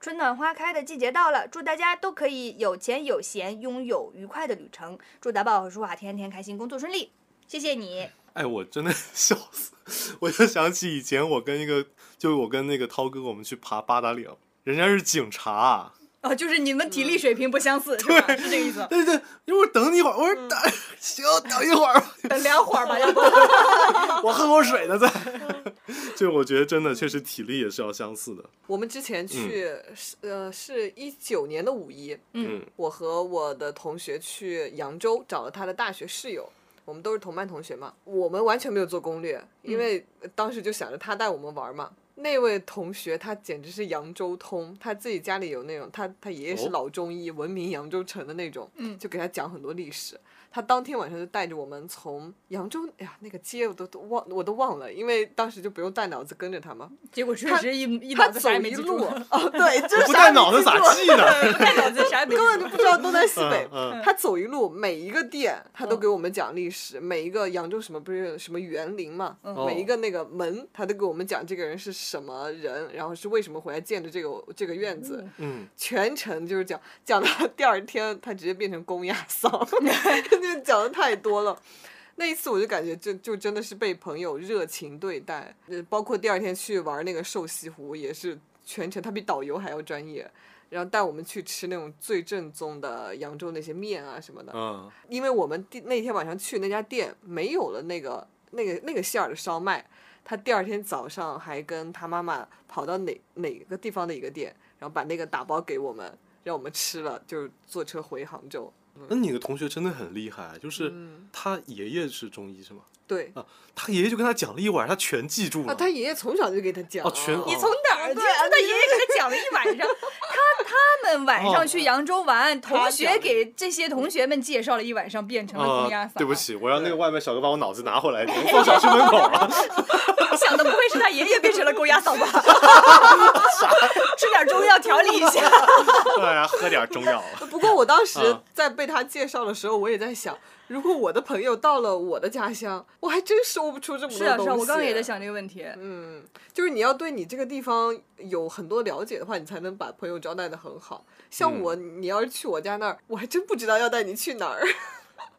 [SPEAKER 2] 春暖花开的季节到了，祝大家都可以有钱有闲，拥有愉快的旅程。祝打宝和舒瓦天天开心，工作顺利。谢谢你，
[SPEAKER 1] 哎，我真的 笑死！我就想起以前我跟一个，就我跟那个涛哥，我们去爬八达岭，人家是警察啊，
[SPEAKER 2] 哦，就是你们体力水平不相似，是吧？是这个意思。
[SPEAKER 1] 对对，因为我等你一会儿，我
[SPEAKER 4] 嗯
[SPEAKER 1] 说等， 行，等一会儿吧，
[SPEAKER 2] 等两会儿吧，要不
[SPEAKER 1] 我喝口水呢再。
[SPEAKER 4] 嗯
[SPEAKER 1] 这我觉得真的确实体力也是要相似的，
[SPEAKER 4] 我们之前去是、呃是一九年的五一，
[SPEAKER 1] 嗯
[SPEAKER 4] 我和我的同学去扬州找了他的大学室友，我们都是同班同学嘛，我们完全没有做攻略，因为当时就想着他带我们玩嘛。那位同学他简直是扬州通，他自己家里有那种，他他爷爷是
[SPEAKER 1] 哦
[SPEAKER 4] 老中医，闻名扬州城的那种，
[SPEAKER 2] 嗯
[SPEAKER 4] 就给他讲很多历史。他当天晚上就带着我们从扬州，哎呀，那个街我都都忘我都忘了，因为当时就不用带脑子跟着他嘛。
[SPEAKER 2] 结果确
[SPEAKER 4] 他
[SPEAKER 2] 实一一
[SPEAKER 4] 他
[SPEAKER 2] 脑子
[SPEAKER 4] 走
[SPEAKER 2] 啥也没
[SPEAKER 4] 一
[SPEAKER 2] 记
[SPEAKER 4] 路
[SPEAKER 2] 住，
[SPEAKER 4] 哦，对，就
[SPEAKER 1] 我
[SPEAKER 4] 是
[SPEAKER 1] 不
[SPEAKER 4] 啥
[SPEAKER 1] 带
[SPEAKER 4] 也
[SPEAKER 1] 脑
[SPEAKER 4] 没
[SPEAKER 1] 子
[SPEAKER 4] 记
[SPEAKER 1] 咋
[SPEAKER 4] 住
[SPEAKER 1] 记呢？。
[SPEAKER 2] 不带脑子啥也没记
[SPEAKER 4] 根本
[SPEAKER 2] 住。
[SPEAKER 4] 就不知道东南西北
[SPEAKER 1] 嗯，
[SPEAKER 4] 他走一路，每一个店他
[SPEAKER 2] 嗯
[SPEAKER 4] 都给我们讲历史，每一个扬州什么不是有什么园林嘛，
[SPEAKER 1] 嗯
[SPEAKER 4] 每一个那个门他都给我们讲这个人是什么人，然后是为什么回来建的这个这个院子，
[SPEAKER 1] 嗯，
[SPEAKER 4] 全程就是讲讲到第二天，他直接变成公鸭嗓， 就讲的太多了。那一次我就感觉就就真的是被朋友热情对待，呃包括第二天去玩那个瘦西湖也是全程，他比导游还要专业，然后带我们去吃那种最正宗的扬州那些面啊什么的。
[SPEAKER 1] 嗯，
[SPEAKER 4] 因为我们第那天晚上去那家店没有了那个那个那个馅儿的烧麦，他第二天早上还跟他妈妈跑到哪哪个地方的一个店，然后把那个打包给我们，让我们吃了，就是坐车回杭州。
[SPEAKER 1] 那你的同学真的很厉害，啊就是
[SPEAKER 4] 嗯
[SPEAKER 1] 他爷爷是中医是吗？
[SPEAKER 4] 对，
[SPEAKER 1] 啊，他爷爷就跟他讲了一晚上，他全记住了。
[SPEAKER 4] 啊，他爷爷从小就给他讲，
[SPEAKER 1] 嗯
[SPEAKER 4] 啊
[SPEAKER 1] 哦全
[SPEAKER 2] 你
[SPEAKER 1] 哦
[SPEAKER 2] 从哪儿听出他爷爷给他讲了一晚上？ 他他们晚上去扬州玩，同学给这些同学们介绍了一晚上，变成了公鸭
[SPEAKER 1] 啊
[SPEAKER 2] 嗓。，
[SPEAKER 1] 对不，起，我让那个外卖小哥把我脑子拿 回来，你放小区门口了。
[SPEAKER 2] 想的不会是他爷爷变成了公鸭嗓吧？ 吃点中药调理一下。
[SPEAKER 1] 哎呀，喝点中药。
[SPEAKER 4] 不过我当时
[SPEAKER 1] 啊
[SPEAKER 4] 在被他介绍的时候，我也在想，如果我的朋友到了我的家乡，我还真说不出这么
[SPEAKER 2] 是
[SPEAKER 4] 多
[SPEAKER 2] 啊
[SPEAKER 4] 东
[SPEAKER 2] 是
[SPEAKER 4] 西。
[SPEAKER 2] 啊，我刚刚也在，想这个问题。
[SPEAKER 4] 嗯，就是你要对你这个地方有很多了解的话，你才能把朋友招待的很好。像
[SPEAKER 1] 嗯
[SPEAKER 4] 我，你要是去我家那儿，我还真不知道要带你去哪儿。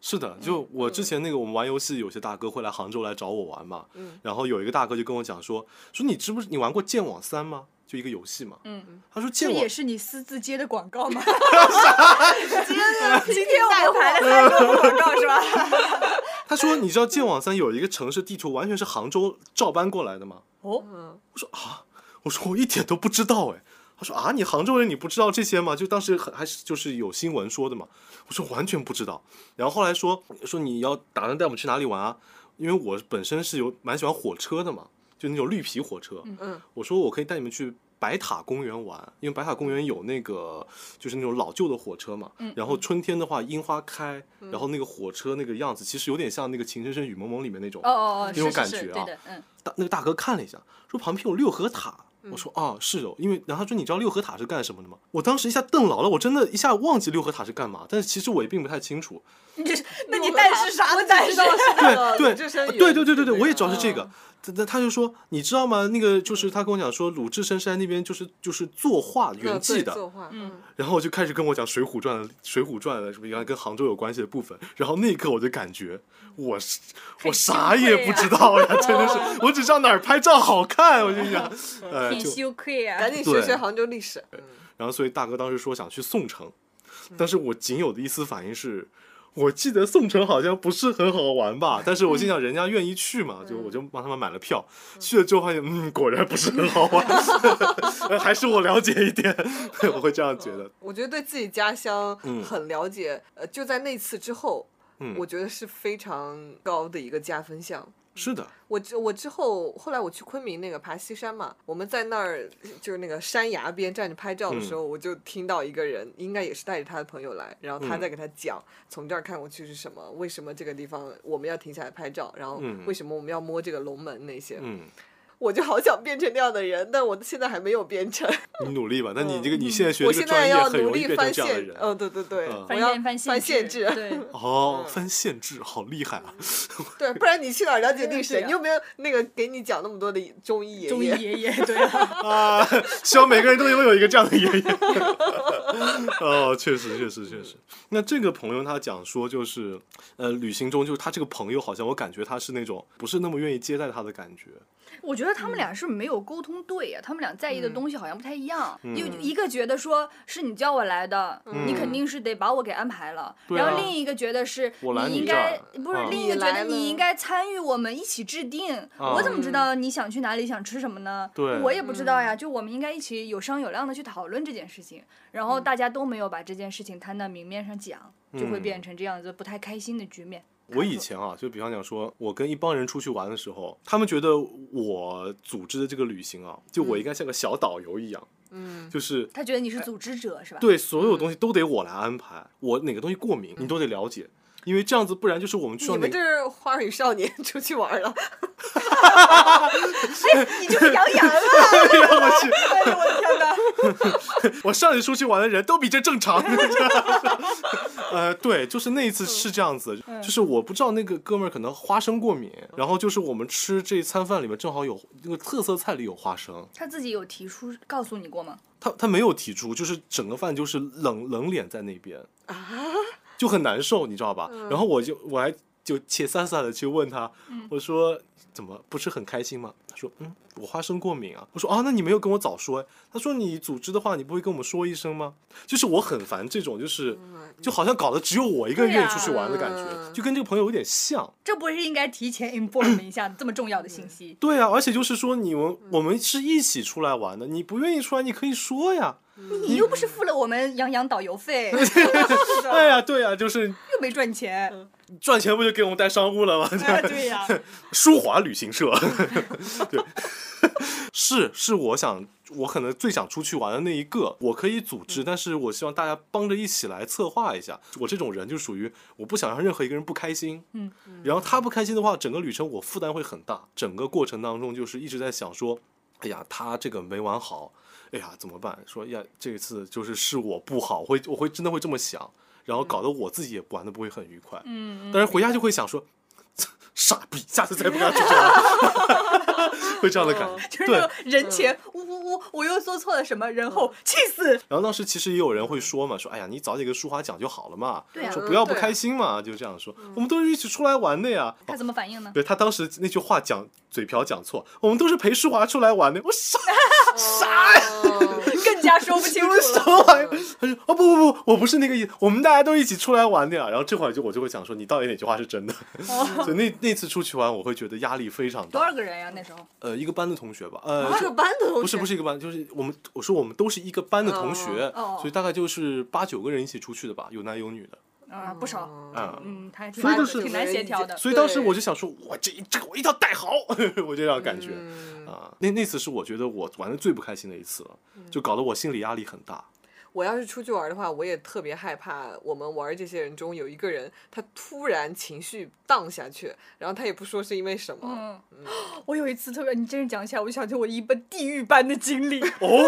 [SPEAKER 1] 是的，
[SPEAKER 2] 嗯
[SPEAKER 1] 就我之前那个我们玩游戏，有些大哥会来杭州来找我玩嘛。
[SPEAKER 4] 嗯
[SPEAKER 1] 然后有一个大哥就跟我讲说，说你知不知你玩过《剑网三》吗？就一个游戏嘛。
[SPEAKER 2] 嗯，
[SPEAKER 1] 他说剑
[SPEAKER 2] 这
[SPEAKER 1] 网
[SPEAKER 2] 也是你私自接的广告吗？ 今天
[SPEAKER 4] 今
[SPEAKER 2] 我们排了三个广告是吧？
[SPEAKER 1] 他说：“
[SPEAKER 2] 嗯
[SPEAKER 1] 你知道剑网三有一个城市地图完全是杭州照搬过来的吗
[SPEAKER 2] 哦，
[SPEAKER 4] 嗯，？”
[SPEAKER 1] 啊我说：“我一点都不知道。”哎，他说：“啊，你杭州人你不知道这些吗？就当时很还是就是有新闻说的嘛。”我说：“完全不知道。”然后后来说说你要打算带我们去哪里玩啊？因为我本身是有蛮喜欢火车的嘛，就那种绿皮火车。
[SPEAKER 4] 嗯，
[SPEAKER 1] 我说我可以带你们去。白塔公园玩，因为白塔公园有那个就是那种老旧的火车嘛，
[SPEAKER 2] 嗯
[SPEAKER 1] 然后春天的话樱花开，然后那个火车那个样子其实有点像那个《情深深雨蒙蒙》里面那种
[SPEAKER 2] 哦哦哦，
[SPEAKER 1] 那种
[SPEAKER 2] 是是
[SPEAKER 1] 感
[SPEAKER 2] 是，
[SPEAKER 1] 觉啊
[SPEAKER 2] 对的，嗯，
[SPEAKER 1] 大那个大哥看了一下，说旁边有六合塔。我说啊，是哦，因为然后他说你知道六合塔是干什么的吗？我当时一下瞪牢了，我真的一下忘记六合塔是干嘛，但是其实我也并不太清楚。
[SPEAKER 2] 你这那 你带是啥呢？带
[SPEAKER 4] 知
[SPEAKER 2] 是
[SPEAKER 4] 道是那个
[SPEAKER 1] 对
[SPEAKER 4] 鲁智深园
[SPEAKER 1] 对对对对
[SPEAKER 4] 对
[SPEAKER 1] 对，
[SPEAKER 4] 吧
[SPEAKER 1] 我也找的是这个。他他他就说，你知道吗？那个就是他跟我讲说，鲁智深山那边就是就是作画
[SPEAKER 4] 嗯
[SPEAKER 1] 圆寂
[SPEAKER 4] 对
[SPEAKER 1] 的，
[SPEAKER 4] 作画，嗯，
[SPEAKER 1] 然后就开始跟我讲水浒传的《水浒传》的什么原来跟杭州有关系的部分，然后那一刻我就感觉我是我啥也不知道呀，真的是，我只知道哪儿拍照好看，我就想，呃，
[SPEAKER 2] 挺
[SPEAKER 1] 就
[SPEAKER 2] 羞愧啊。
[SPEAKER 4] 赶紧学学
[SPEAKER 1] 对
[SPEAKER 4] 杭州历史。嗯
[SPEAKER 1] 然后所以大哥当时说想去宋城，但是我仅有的一丝反应是，我记得宋城好像不是很好玩吧，但是我心想人家愿意去嘛，就我就帮他们买了票，去了之后发现，嗯，果然不是很好玩， 还是我了解一点， 我会这样觉得，
[SPEAKER 4] 我觉得对自己家乡
[SPEAKER 1] 嗯
[SPEAKER 4] 很了解，呃，就在那次之后，
[SPEAKER 1] 嗯
[SPEAKER 4] 我觉得是非常高的一个加分项。
[SPEAKER 1] 是的，
[SPEAKER 4] 我之我之后后来我去昆明那个爬西山嘛，我们在那儿就是那个山崖边站着拍照的
[SPEAKER 1] 嗯
[SPEAKER 4] 时候，我就听到一个人，应该也是带着他的朋友来，然后他
[SPEAKER 1] 嗯
[SPEAKER 4] 在给他讲、从这儿看过去是什么，为什么这个地方我们要停下来拍照，然后
[SPEAKER 1] 嗯
[SPEAKER 4] 为什么我们要摸这个龙门那些，
[SPEAKER 1] 嗯，
[SPEAKER 4] 我就好想变成那样的人，但我现在还没有变成，
[SPEAKER 1] 你努力吧，但你这个你现在学
[SPEAKER 4] 嗯我
[SPEAKER 1] 这
[SPEAKER 4] 现
[SPEAKER 1] 个
[SPEAKER 4] 在
[SPEAKER 1] 专业
[SPEAKER 4] 要
[SPEAKER 1] 很
[SPEAKER 4] 努
[SPEAKER 1] 容易
[SPEAKER 4] 力
[SPEAKER 1] 变成
[SPEAKER 4] 翻
[SPEAKER 1] 这样的
[SPEAKER 4] 线，
[SPEAKER 1] 人，
[SPEAKER 4] 嗯，对对对，
[SPEAKER 1] 嗯
[SPEAKER 4] 我
[SPEAKER 2] 翻
[SPEAKER 4] 要
[SPEAKER 2] 现翻
[SPEAKER 4] 翻
[SPEAKER 2] 现
[SPEAKER 4] 制，
[SPEAKER 2] 对，
[SPEAKER 1] 哦，
[SPEAKER 4] 嗯
[SPEAKER 1] 翻县志好厉害啊，
[SPEAKER 4] 对，不然你去哪儿了解 历史？
[SPEAKER 2] 对啊
[SPEAKER 4] 你有没有那个给你讲那么多的中医爷爷？
[SPEAKER 2] 中医爷爷，对啊，
[SPEAKER 1] 啊，希望每个人都拥有一个这样的爷爷。 哦，确实，确实，确实。那这个朋友他讲说，就是呃，旅行中就是他这个朋友，好像我感觉他是那种不是那么愿意接待他的感觉。
[SPEAKER 2] 我觉得他们俩是没有沟通对呀、他们俩在意的东西好像不太一样。
[SPEAKER 1] 嗯
[SPEAKER 2] 有一个觉得说是你叫我来的，你肯定是得把我给安排了，
[SPEAKER 1] 对啊
[SPEAKER 2] 然后另一个觉得是
[SPEAKER 1] 我来
[SPEAKER 2] 你应
[SPEAKER 1] 你
[SPEAKER 2] 该
[SPEAKER 1] 这
[SPEAKER 2] 不是、
[SPEAKER 1] 啊
[SPEAKER 2] 另一个觉
[SPEAKER 4] 你
[SPEAKER 2] 得
[SPEAKER 4] 来
[SPEAKER 2] 你
[SPEAKER 4] 了
[SPEAKER 2] 应该参与我们一起制定。
[SPEAKER 1] 啊
[SPEAKER 2] 我怎么知道你想去哪里，想吃什么呢？
[SPEAKER 1] 对嗯
[SPEAKER 2] 我也不知道呀。就我们应该一起有商有量的去讨论这件事情，然后大家都没有把这件事情摊到明面上讲，就会
[SPEAKER 1] 嗯
[SPEAKER 2] 变成这样子不太开心的局面。
[SPEAKER 1] 我以前啊，就比方讲说，我跟一帮人出去玩的时候，他们觉得我组织的这个旅行啊，就我应该像个小导游一样，
[SPEAKER 4] 嗯，
[SPEAKER 1] 就是
[SPEAKER 2] 他觉得你是组织者是吧？
[SPEAKER 1] 对所有东西都得我来安排，我哪个东西过敏，你都得了解，因为这样子，不然就是我们去到
[SPEAKER 4] 你
[SPEAKER 1] 哪
[SPEAKER 4] 们这是花儿与少年 出去玩了，
[SPEAKER 2] 你就是杨洋 啊！
[SPEAKER 1] 让我 去，
[SPEAKER 4] 哎呦我的天哪！
[SPEAKER 1] 我上一次出去玩的人都比这正常。 呃，对，就是那一次是这样子，就是我不知道那个哥们儿可能花生过敏，然后就是我们吃这餐饭里面正好有那个特色菜里有花生，
[SPEAKER 2] 他自己有提出告诉你过吗？
[SPEAKER 1] 他他没有提出，就是整个饭就是冷冷脸在那边啊，就很难受，你知道吧？然后我就我还就怯飒飒的去问他，我说怎么不是很开心吗？他说嗯，我花生过敏啊。我说啊，那你没有跟我早说、哎。他说你组织的话，你不会跟我们说一声吗？就是我很烦这种，就是就好像搞得只有我一个人
[SPEAKER 2] 对
[SPEAKER 1] 愿
[SPEAKER 2] 呀
[SPEAKER 1] 意出去玩的感觉，
[SPEAKER 4] 嗯
[SPEAKER 1] 就跟这个朋友有点像。
[SPEAKER 2] 这不是应该提前 inform 一下这么重要的信息？
[SPEAKER 1] 对啊，而且就是说你们我们是一起出来玩的，你不愿意出来，你可以说呀。
[SPEAKER 2] 你又不是付了我们杨洋导游费，
[SPEAKER 1] 嗯哎呀，对呀，就是
[SPEAKER 2] 又没赚
[SPEAKER 1] 嗯
[SPEAKER 2] 钱。
[SPEAKER 1] 赚钱不就给我们带商务了吗？
[SPEAKER 2] 哎对呀，
[SPEAKER 1] 舒华旅行社，对，是是，我想我可能最想出去玩的那一个，我可以组
[SPEAKER 2] 嗯
[SPEAKER 1] 织，但是我希望大家帮着一起来策划一下。我这种人就属于我不想让任何一个人不开心，
[SPEAKER 2] 嗯，
[SPEAKER 1] 然后他不开心的话，整个旅程我负担会很大，整个过程当中就是一直在想说，哎呀，他这个没玩好，哎呀，怎么办？说呀，这次就是是我不好，我会我会真的会这么想，然后搞得我自己也玩的不会很愉快。
[SPEAKER 2] 嗯，
[SPEAKER 1] 但是回家就会想说， 傻逼，下次再不敢出去玩， 会这样的感
[SPEAKER 2] 就
[SPEAKER 1] 觉。
[SPEAKER 2] 是
[SPEAKER 1] 对嗯
[SPEAKER 2] 那，种人前呜呜呜，我又做错了什么，人后气死。
[SPEAKER 1] 然后当时其实也有人会说嘛，说哎呀，你早点跟淑华讲就好了嘛，
[SPEAKER 2] 对啊嗯
[SPEAKER 1] 说不要
[SPEAKER 4] 嗯
[SPEAKER 1] 不
[SPEAKER 4] 对啊
[SPEAKER 1] 开心嘛，就这样说，我们都是一起出来玩的呀。
[SPEAKER 2] 他怎么反应呢？
[SPEAKER 1] 对他当时那句话讲嘴瓢讲错，我们都是陪淑华出来玩的。我傻，
[SPEAKER 4] 啥呀？
[SPEAKER 2] 更加说不 清楚
[SPEAKER 1] 什
[SPEAKER 2] 了。
[SPEAKER 1] 么玩意儿？他说哦不不不，我不是那个意思，我们大家都一起出来玩的呀。然后这会儿就我就会想说，你到底哪句话是真的？
[SPEAKER 2] 哦
[SPEAKER 1] 所以那那次出去玩，我会觉得压力非常
[SPEAKER 2] 多
[SPEAKER 1] 大。
[SPEAKER 2] 少个人呀？那时候
[SPEAKER 1] 呃，一个班的同学吧，呃，
[SPEAKER 2] 啊
[SPEAKER 4] 这个班的同学
[SPEAKER 1] 不是不是一个班，就是我们我说我们都是一个班的同学，
[SPEAKER 2] 哦哦
[SPEAKER 1] 所以大概就是八九个人一起出去的吧，有男有女的。
[SPEAKER 2] 啊，不少。
[SPEAKER 1] 啊
[SPEAKER 2] 嗯，他还挺
[SPEAKER 1] 所以就
[SPEAKER 2] 难
[SPEAKER 1] 是
[SPEAKER 2] 挺难协调的。
[SPEAKER 1] 所以当时
[SPEAKER 4] 对
[SPEAKER 1] 我就想说，我这这个我一定要带好， 我就这样感觉、
[SPEAKER 2] 嗯
[SPEAKER 1] 啊。那那次是我觉得我玩的最不开心的一次了，
[SPEAKER 2] 嗯
[SPEAKER 1] 就搞得我心理压力很 大。
[SPEAKER 4] 我要是出去玩的话，我也特别害怕我们玩这些人中有一个人他突然情绪荡下去，然后他也不说是因为什么。
[SPEAKER 2] 嗯，我有一次特别，你真是讲起来，我就想起我一个地狱般的经历。
[SPEAKER 1] 哦，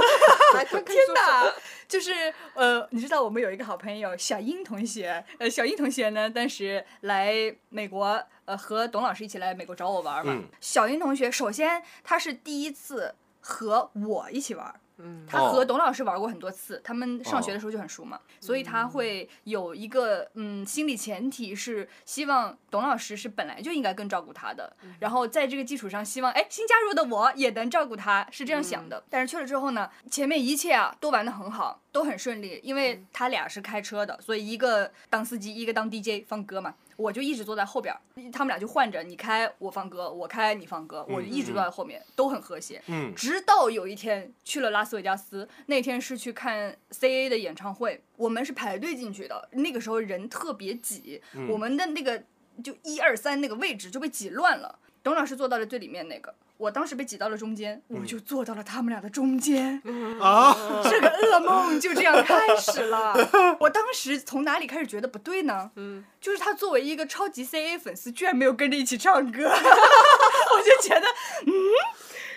[SPEAKER 4] 来，他可以
[SPEAKER 2] 天
[SPEAKER 4] 说
[SPEAKER 2] 哪！就是呃，你知道我们有一个好朋友小英同学，呃，小英同学呢，当时来美国，呃，和董老师一起来美国找我玩嘛。
[SPEAKER 1] 嗯
[SPEAKER 2] 小英同学，首先她是第一次和我一起玩儿，
[SPEAKER 4] 嗯
[SPEAKER 2] 他
[SPEAKER 1] 哦
[SPEAKER 2] 和董老师玩过很多次，他们上学的时候就很熟嘛，所以他会有一个嗯心理前提是希望董老师是本来就应该更照顾他的，然后在这个基础上希望哎新加入的我也能照顾他，是这样想的。但是去了之后呢，前面一切啊都玩的很好，都很顺利，因为他俩是开车的，所以一个当司机，一个当 DJ 放歌嘛。我就一直坐在后边儿，他们俩就换着你开我放歌，我开你放歌，我就一直坐在后面，都很和谐。
[SPEAKER 1] 嗯
[SPEAKER 2] 直到有一天去了拉斯维加斯，那天是去看 C A 的演唱会，我们是排队进去的，那个时候人特别挤，
[SPEAKER 1] 嗯
[SPEAKER 2] 我们的那个就一二三那个位置就被挤乱了。董老师坐到了最里面那个，我当时被挤到了中间，我就坐到了他们俩的中间，
[SPEAKER 1] 嗯啊，
[SPEAKER 2] 这个噩梦就这样开始了。 我当时从哪里开始觉得不对呢？嗯，就是他作为一个超级 C A 粉丝，居然没有跟着一起唱歌， 我就觉得，嗯，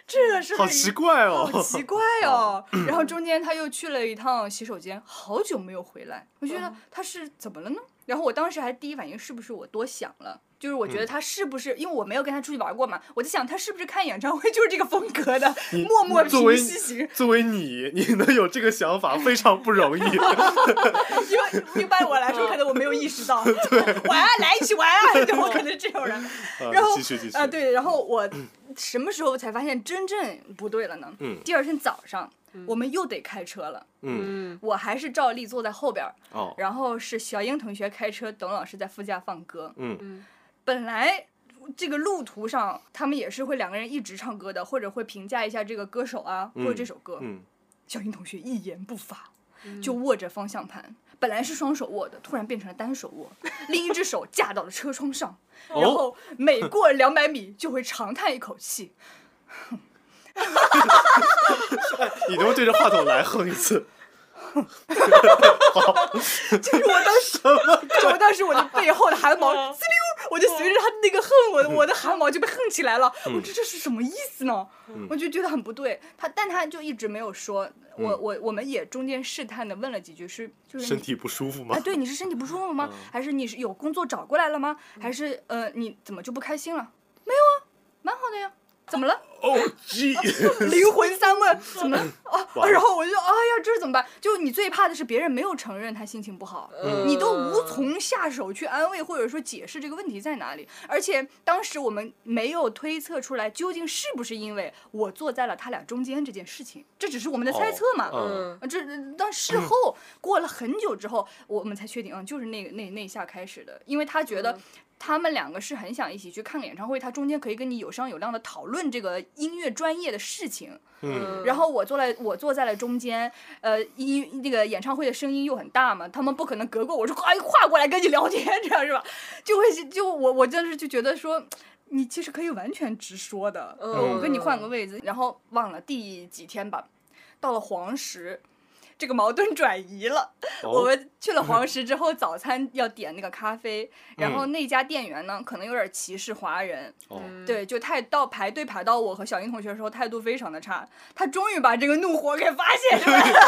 [SPEAKER 2] 这是不
[SPEAKER 1] 好
[SPEAKER 2] 是一
[SPEAKER 1] 奇怪哦。嗯
[SPEAKER 2] 好奇怪 哦。然后中间他又去了一趟洗手间，好久没有回来，我觉得他是怎么了呢？然后我当时还第一反应是不是我多想了？就是我
[SPEAKER 1] 嗯
[SPEAKER 2] 觉得他是不是，因为我没有跟他出去玩过嘛，我在想他是不是看演唱会就是这个风格的，默默
[SPEAKER 1] 作为
[SPEAKER 2] 平息型。
[SPEAKER 1] 作为你，你能有这个想法非常不容易。啊
[SPEAKER 2] 因为一般我来说，
[SPEAKER 1] 嗯
[SPEAKER 2] 可能我没有意识 到， 玩啊，来一起玩啊，就我可能这种人。
[SPEAKER 1] 啊
[SPEAKER 2] 然后
[SPEAKER 1] 继续继续
[SPEAKER 2] 啊、对，然后我什么时候才发现真正不对了呢？
[SPEAKER 1] 嗯
[SPEAKER 2] 第二天早上，我们又得开车了，
[SPEAKER 1] 嗯
[SPEAKER 4] 嗯，
[SPEAKER 2] 我还是照例坐在后边儿，
[SPEAKER 1] 哦
[SPEAKER 2] 然后是小英同学开车，董老师在副驾放歌。
[SPEAKER 1] 嗯
[SPEAKER 2] 本来这个路途上，他们也是会两个人一直唱歌的，或者会评价一下这个歌手啊，或者这首歌。
[SPEAKER 1] 嗯
[SPEAKER 2] 小英同学一言不发，就握着方向盘。本来是双手握的，突然变成了单手握，另一只手架到了车窗上，然后每过两百米就会长叹一口气。
[SPEAKER 1] 你能不能对着话筒来哼一 次？
[SPEAKER 2] 就是我当时，就是我当时我的背后的汗毛
[SPEAKER 4] 嗯
[SPEAKER 2] 滋溜，我就随着他那个哼，我的我的汗毛就被哼起来了。我这这是什么意思呢？我就觉得很不对。他，但他就一直没有说。我
[SPEAKER 1] 嗯
[SPEAKER 2] 我我们也中间试探的问了几句，是就是
[SPEAKER 1] 身
[SPEAKER 2] 你
[SPEAKER 1] 体不舒服吗嗯
[SPEAKER 2] 哎，？对，你是身体不舒服吗？还是你是有工作找过来了吗？还是呃，你怎么就不开心了？没有啊，蛮好的呀。怎么 了？
[SPEAKER 1] 哦 G，
[SPEAKER 2] 灵魂三问，怎么了？
[SPEAKER 1] 哇
[SPEAKER 2] 啊，然后我就哎呀，这是怎么办？就你最怕的是别人没有承认他心情不好，
[SPEAKER 1] 嗯
[SPEAKER 2] 你都无从下手去安慰或者说解释这个问题在哪里。而且当时我们没有推测出来究竟是不是因为我坐在了他俩中间这件事情，这只是我们的猜测嘛。
[SPEAKER 1] 嗯
[SPEAKER 2] 啊，这但事后过了很久之后，我们才确定，嗯，就是那个那那一下开始的，因为他觉得
[SPEAKER 4] 嗯
[SPEAKER 2] 他们两个是很想一起去看个演唱会，他中间可以跟你有商有量的讨论这个音乐专业的事情，
[SPEAKER 1] 嗯
[SPEAKER 2] 然后我坐在我坐在了中间，呃，音那个演唱会的声音又很大嘛，他们不可能隔过我说哎跨过来跟你聊天， 这样是吧？就会就我我当时就觉得说。你其实可以完全直说的，
[SPEAKER 4] 嗯
[SPEAKER 2] 我跟你换个位置，然后忘了第几天吧，到了黄石，这个矛盾转移了。我
[SPEAKER 1] 哦
[SPEAKER 2] 们去了黄石之后，早餐要点那个咖啡，然后那家店员呢，可能有点歧视华人，
[SPEAKER 1] 哦，
[SPEAKER 2] 对，就态到排队排到我和小英同学的时候，态度非常的差。他终于把这个怒火给发泄出来了，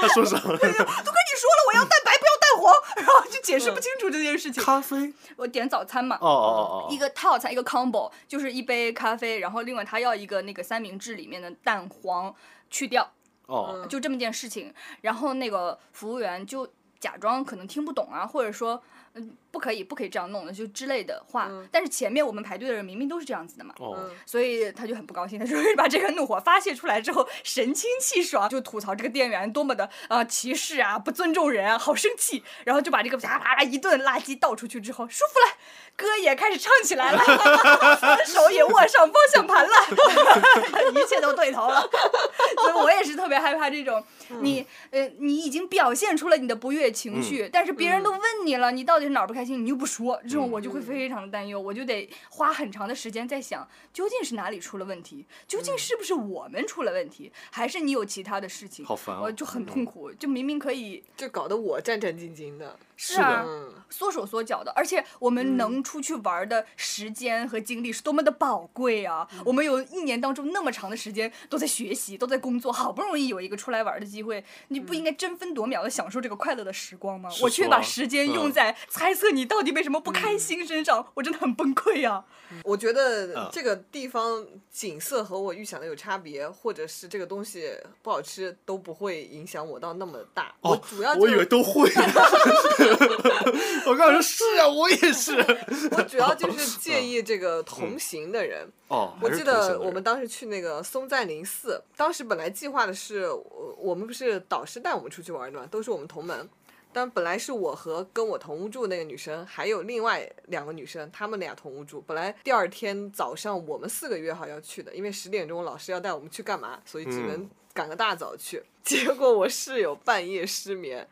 [SPEAKER 1] 他说啥了？
[SPEAKER 2] 都跟你说了，我要蛋白，不要蛋黄， 然后就解释不清楚这件事情。
[SPEAKER 1] 嗯咖啡？
[SPEAKER 2] 我点早餐嘛，
[SPEAKER 1] 哦哦哦哦，
[SPEAKER 2] 一个套餐一个 combo，就是一杯咖啡，然后另外他要一个那个三明治里面的蛋黄去掉，
[SPEAKER 1] 哦
[SPEAKER 4] 嗯
[SPEAKER 2] 就这么件事情。然后那个服务员就假装可能听不懂啊，或者说嗯不可以不可以这样弄的，就之类的话。
[SPEAKER 4] 嗯
[SPEAKER 2] 但是前面我们排队的人明明都是这样子的嘛。
[SPEAKER 1] 哦
[SPEAKER 4] 嗯，
[SPEAKER 2] 所以他就很不高兴，他说把这个怒火发泄出来之后，神清气爽，就吐槽这个店员多么的啊、呃歧视啊，不尊重人啊，好生气，然后就把这个啪啪啪一顿垃圾倒出去之后，舒服了，歌也开始唱起 来了，手也握上方向盘了， 一切都对头了。 所以我也是特别害怕这种，你呃，你已经表现出了你的不悦情绪，但是别人都问你了，你到底是哪儿不开心，你又不说，这种我就会非常的担忧，我就得花很长的时间在想，究竟是哪里出了问题，究竟是不是我们出了问题，还是你有其他的事情，
[SPEAKER 1] 好烦哦
[SPEAKER 2] 嗯我就很痛苦，就明明可以
[SPEAKER 4] 就搞得我战战兢兢的。
[SPEAKER 2] 是啊
[SPEAKER 1] 的。
[SPEAKER 4] 嗯，
[SPEAKER 2] 缩手缩脚的，而且我们能出去玩的时间和精力是多么的宝贵啊！我们有一年当中那么长的时间都在学习，都在工作，好不容易有一个出来玩的机会，你不应该争分夺秒的享受这个快乐的时光吗
[SPEAKER 1] 是？说
[SPEAKER 2] 我却把时间用在猜测你到底为什么不开心身上，我真的很崩溃啊！
[SPEAKER 4] 我觉得
[SPEAKER 1] 嗯
[SPEAKER 4] 这个地方景色和我预想的有差别，或者是这个东西不好吃，都不会影响我到那么大。我
[SPEAKER 1] 哦
[SPEAKER 4] 主要，啊就
[SPEAKER 1] 我以为都会。 我刚才说是啊，我也是。
[SPEAKER 4] 我主 要就是介意这个
[SPEAKER 1] 嗯
[SPEAKER 4] 同行的人。
[SPEAKER 1] 哦，
[SPEAKER 4] 我
[SPEAKER 1] 还是
[SPEAKER 4] 记
[SPEAKER 1] 同性
[SPEAKER 4] 得
[SPEAKER 1] 的
[SPEAKER 4] 我
[SPEAKER 1] 人
[SPEAKER 4] 们当时去那个松赞林寺，当时本来计划的是，我我们不是导师带我们出去玩的嘛，都是我们同门。但本来是我和跟我同屋住那个女生，还有另外两个女生，她们俩同屋住。本来第二天早上我们四个约好要去的，因为十点钟老师要带我们去干嘛，所以只能
[SPEAKER 1] 嗯
[SPEAKER 4] 赶个大早去。 结果我室友半夜失眠，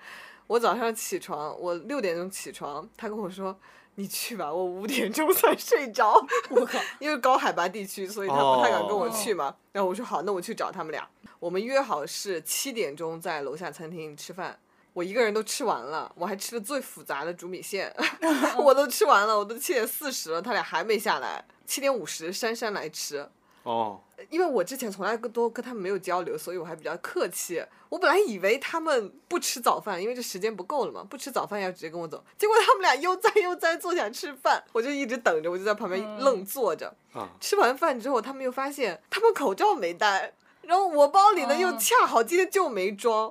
[SPEAKER 4] 我早上起床，我六点钟起床，她跟我说：“你去吧，我五点钟才睡着。”
[SPEAKER 2] 我靠，
[SPEAKER 4] 因为高海拔地区，所以他不太敢跟我去嘛。然后我说好，那我去找他们俩。我们约好是七点钟在楼下餐厅吃饭，我一个人都吃完了，我还吃了最复杂的煮米线，我都吃完了，我都七点四十了，他俩还没下来。七点五十，珊珊来吃，
[SPEAKER 1] 哦，
[SPEAKER 4] 因为我之前从来跟都跟他们没有交流，所以我还比较客气。我本来以为他们不吃早饭，因为这时间不够了嘛，不吃早饭要直接跟我走。结果他们俩悠哉悠哉坐下吃饭，我就一直等着，我就在旁边愣坐着。
[SPEAKER 1] 啊，
[SPEAKER 4] 吃完饭之后，他们又发现他们口罩没带，然后我包里的又
[SPEAKER 2] 哦
[SPEAKER 4] 恰好今天就没装。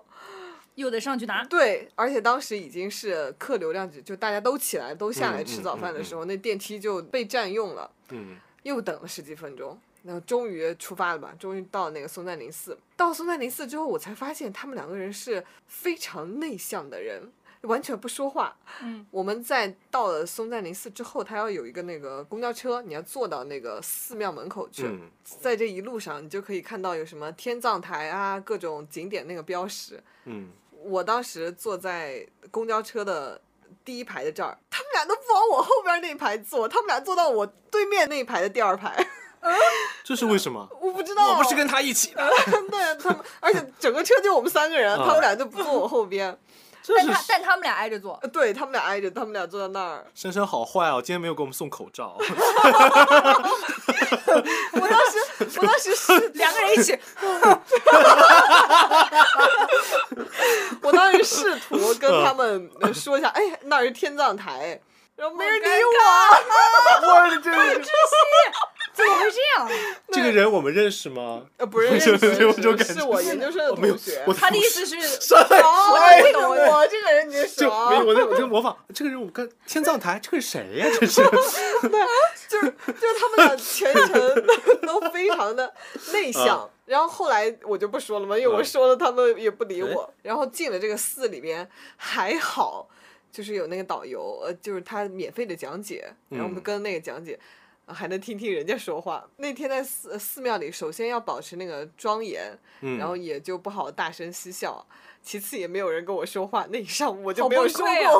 [SPEAKER 2] 又得上去 拿。
[SPEAKER 4] 对，而且当时已经是客流量，就大家都起来都下来
[SPEAKER 1] 嗯
[SPEAKER 4] 吃
[SPEAKER 1] 嗯
[SPEAKER 4] 早饭
[SPEAKER 1] 嗯
[SPEAKER 4] 的
[SPEAKER 1] 嗯
[SPEAKER 4] 时候，那电梯就被占用了，
[SPEAKER 1] 嗯，
[SPEAKER 4] 又等了十几分钟。那终于出发了吧？终于到那个松赞林寺。到松赞林寺之后，我才发现他们两个人是非常内向的人，完全不说话。
[SPEAKER 2] 嗯，
[SPEAKER 4] 我们在到了松赞林寺之后，他要有一个那个公交车，你要坐到那个寺庙门口去。
[SPEAKER 1] 嗯，
[SPEAKER 4] 在这一路上，你就可以看到有什么天葬台啊，各种景点那个标识。
[SPEAKER 1] 嗯，
[SPEAKER 4] 我当时坐在公交车的第一排的这儿，他们俩都不往我后边那一排坐，他们俩坐到我对面那一排的第二排。
[SPEAKER 1] 这是为什么？
[SPEAKER 4] 我不知道，
[SPEAKER 1] 我不是跟他一起的，
[SPEAKER 4] 对他们，而且整个车就我们三个人，
[SPEAKER 1] 啊
[SPEAKER 4] 他们俩就不坐我后边，
[SPEAKER 1] 这
[SPEAKER 2] 但
[SPEAKER 1] 是
[SPEAKER 2] 他但他们俩挨着坐，
[SPEAKER 4] 呃对他们俩挨着，他们俩坐在那儿。
[SPEAKER 1] 珊珊好坏哦，今天没有给我们送口 罩。
[SPEAKER 4] 我当 时，我当时是，
[SPEAKER 2] 两个人 一起，
[SPEAKER 4] 我当时试图跟他们
[SPEAKER 1] 嗯
[SPEAKER 4] 呃说一下，哎，那儿是天葬台，然后没人理 我。
[SPEAKER 1] 哇，你这个
[SPEAKER 2] 怎么会这 样？
[SPEAKER 1] 这个人我们认识吗？
[SPEAKER 4] 呃，不认识，
[SPEAKER 1] 这种
[SPEAKER 4] 是
[SPEAKER 1] 感觉
[SPEAKER 4] 是我研究生的
[SPEAKER 1] 我没有
[SPEAKER 4] 同学，。
[SPEAKER 1] 我
[SPEAKER 2] 他的意思是，
[SPEAKER 1] 珊 珊
[SPEAKER 4] 哦，
[SPEAKER 1] 哎
[SPEAKER 4] 这个我这个人你就
[SPEAKER 1] 就
[SPEAKER 4] 熟，
[SPEAKER 1] 没有我在我在模仿这个人，我看天葬台，这个是谁呀？这是
[SPEAKER 4] 就是就是他们俩全程都 非常的内向。然后后来我就不说了嘛，因为我
[SPEAKER 1] 嗯
[SPEAKER 4] 说了他们也不理我。然后进了这个寺里边，还好，就是有那个导游，呃，就是他免费的讲解，然后我们
[SPEAKER 1] 嗯
[SPEAKER 4] 跟那个讲解。呃还能听听人家说话。那天在寺寺庙里，首先要保持那个庄严，
[SPEAKER 1] 嗯
[SPEAKER 4] 然后也就不好大声嬉笑。其次也没有人跟我说话，那一上午我就
[SPEAKER 2] 好
[SPEAKER 4] 没有
[SPEAKER 2] 崩
[SPEAKER 4] 说
[SPEAKER 2] 溃
[SPEAKER 4] 过
[SPEAKER 2] 啊
[SPEAKER 4] 话。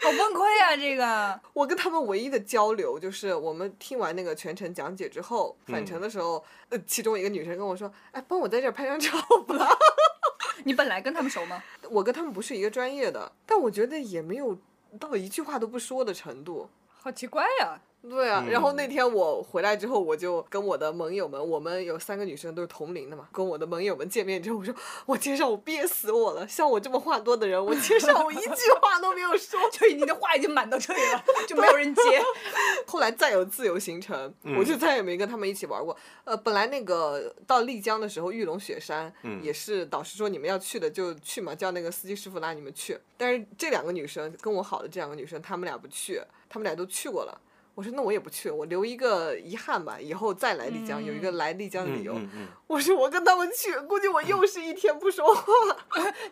[SPEAKER 2] 好崩溃啊！这个
[SPEAKER 4] 我跟他们唯一的交流就是，我们听完那个全程讲解之后，返程的时候，呃，其中一个女生跟我说：“哎，帮我在这儿拍张照吧。
[SPEAKER 2] 你本来跟他们熟吗？”
[SPEAKER 4] 我跟他们不是一个专业的，但我觉得也没有到一句话都不说的程度。
[SPEAKER 2] 好奇怪呀、
[SPEAKER 4] 对啊，
[SPEAKER 1] 嗯
[SPEAKER 4] 然后那天我回来之后，我就跟我的盟友们，我们有三个女生都是同龄的嘛，跟我的盟友们见面之后，我说我介绍我憋死我了，像我这么话多的人，我介绍我一句话都没有说。
[SPEAKER 2] 就你的话已经满到这里了，就没有人接。
[SPEAKER 4] 后来再有自由行程，
[SPEAKER 1] 嗯
[SPEAKER 4] 我就再也没跟他们一起玩过。呃，本来那个到丽江的时候，玉龙雪山、
[SPEAKER 1] 嗯
[SPEAKER 4] 也是导师说你们要去的就去嘛，叫那个司机师傅拉你们去。但是这两个女生跟我好的这两个女生，她们俩不去，她们俩都去过了。我说那我也不去，我留一个遗憾吧，以后再来丽江、有一个来丽江的理由。
[SPEAKER 1] 嗯嗯
[SPEAKER 4] 我说我跟他们去，估计我又是一天 不说话。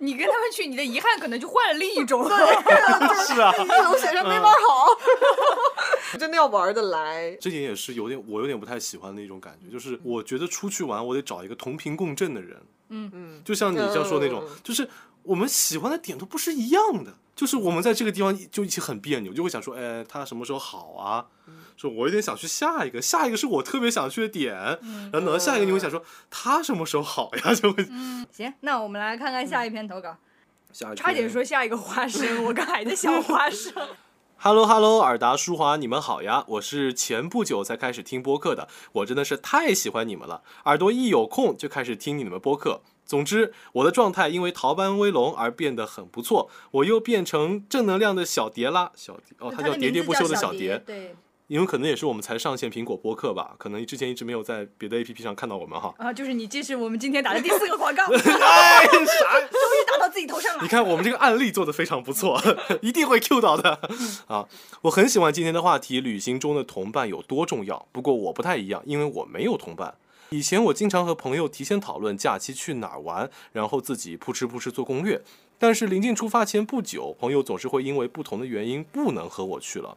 [SPEAKER 2] 你跟他们去，你的遗憾可能就换了另一种。
[SPEAKER 1] 嗯， 是啊，
[SPEAKER 4] 玉龙雪山没玩好， 真的要玩的来。
[SPEAKER 1] 这点也是有点我有点不太喜欢的一种感觉，就是我觉得出去玩我得找一个同频共振的人，
[SPEAKER 2] 嗯
[SPEAKER 4] 嗯
[SPEAKER 1] 就像你这样说那种
[SPEAKER 4] 嗯，
[SPEAKER 1] 就是我们喜欢的点都不是一样的，就是我们在这个地方就一起很别扭，就会想说，哎，他什么时候好啊？
[SPEAKER 2] 嗯
[SPEAKER 1] 说我有点想去下一个，下一个是我特别想去的点，然后等到下一个你会想说他什么时候好呀？ 就会
[SPEAKER 2] 嗯， 行，那我们来看看下一篇投稿。
[SPEAKER 1] 嗯下一个
[SPEAKER 2] 差点说下一个花生，我刚还在想花生。
[SPEAKER 1] Hello Hello，尔达舒华，你们好呀！我是前不久才开始听播客的，我真的是太喜欢你们了，耳朵一有空就开始听你们播客。总之，我的状态因为《逃班威龙》而变得很不错，我又变成正能量的小蝶啦，小蝶哦，它叫喋喋不休的小蝶，
[SPEAKER 2] 对，
[SPEAKER 1] 因为可能也是我们才上线苹果播客吧，可能之前一直没有在别的 APP 上看到我们哈。
[SPEAKER 2] 啊，就是你，这是我们今天打的第四个广告，终于
[SPEAKER 1] 哎， 啥？
[SPEAKER 2] 打到自己头上
[SPEAKER 1] 你
[SPEAKER 2] 了。
[SPEAKER 1] 看我们这个案例做的非常不错，一定会 Q 到的啊！我很喜欢今天的话题，旅行中的同伴有多重要。不过我不太一样，因为我没有同伴。以前我经常和朋友提前讨论假期去哪儿玩，然后自己扑哧扑哧做攻略。但是临近出发前不久，朋友总是会因为不同的原因不能和我去了。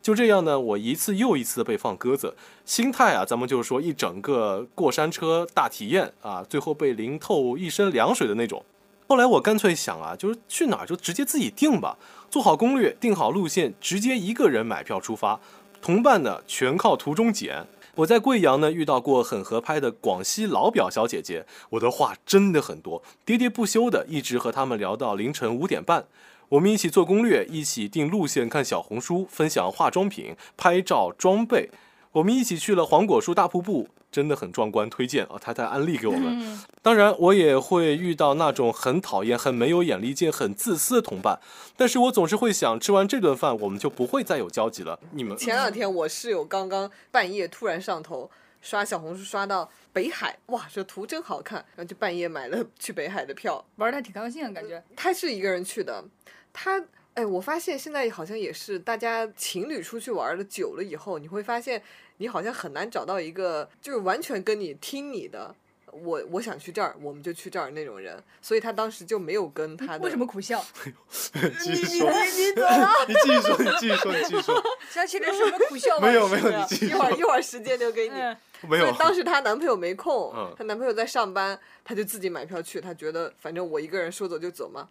[SPEAKER 1] 就这样呢，我一次又一次的被放鸽子，心态啊，咱们就是说一整个过山车大体验啊，最后被淋透一身凉水的那种。后来我干脆想啊，就是去哪儿就直接自己定吧，做好攻略，定好路线，直接一个人买票出发，同伴呢全靠途中捡。我在贵阳呢遇到过很合拍的广西老表小姐姐，我的话真的很多，喋喋不休的，一直和他们聊到凌晨五点半。我们一起做攻略，一起定路线，看小红书，分享化妆品、拍照、装备。我们一起去了黄果树大瀑布，真的很壮观，推荐啊！他在安利给我们。当然，我也会遇到那种很讨厌、很没有眼力见、很自私的同伴，但是我总是会想，吃完这顿饭，我们就不会再有交集了。你们
[SPEAKER 2] 嗯
[SPEAKER 4] 前两天我室友刚刚半夜突然上头刷小红书，刷到北海，哇，这图真好看，然后就 半夜买了去北海的票。
[SPEAKER 2] 玩的挺高兴啊，感觉。
[SPEAKER 4] 他是一个人去的，他哎，我发现现在好像也是，大家情侣出去玩的久了以后，你会发现你好像很难找到一个就是完全跟你听你的。我我想去这儿，我们就去这儿那种人，所以他当时就没有跟
[SPEAKER 1] 嗯
[SPEAKER 4] 他的。
[SPEAKER 2] 为什么苦笑？
[SPEAKER 1] 继续说，
[SPEAKER 4] 你
[SPEAKER 1] 你继续说，你继续说，你继续说，
[SPEAKER 2] 想起了什么苦笑吗？
[SPEAKER 1] 没有没有，
[SPEAKER 2] 是
[SPEAKER 1] 你继续
[SPEAKER 4] 一会儿
[SPEAKER 1] 说，
[SPEAKER 4] 一会儿时间留给你。
[SPEAKER 2] 嗯，
[SPEAKER 1] 没
[SPEAKER 4] 所
[SPEAKER 1] 有
[SPEAKER 4] 以，当时她男朋友没空
[SPEAKER 1] 嗯，
[SPEAKER 4] 她、男朋友在上班，她就自己买票去。她觉得反正我一个人说走就走嘛。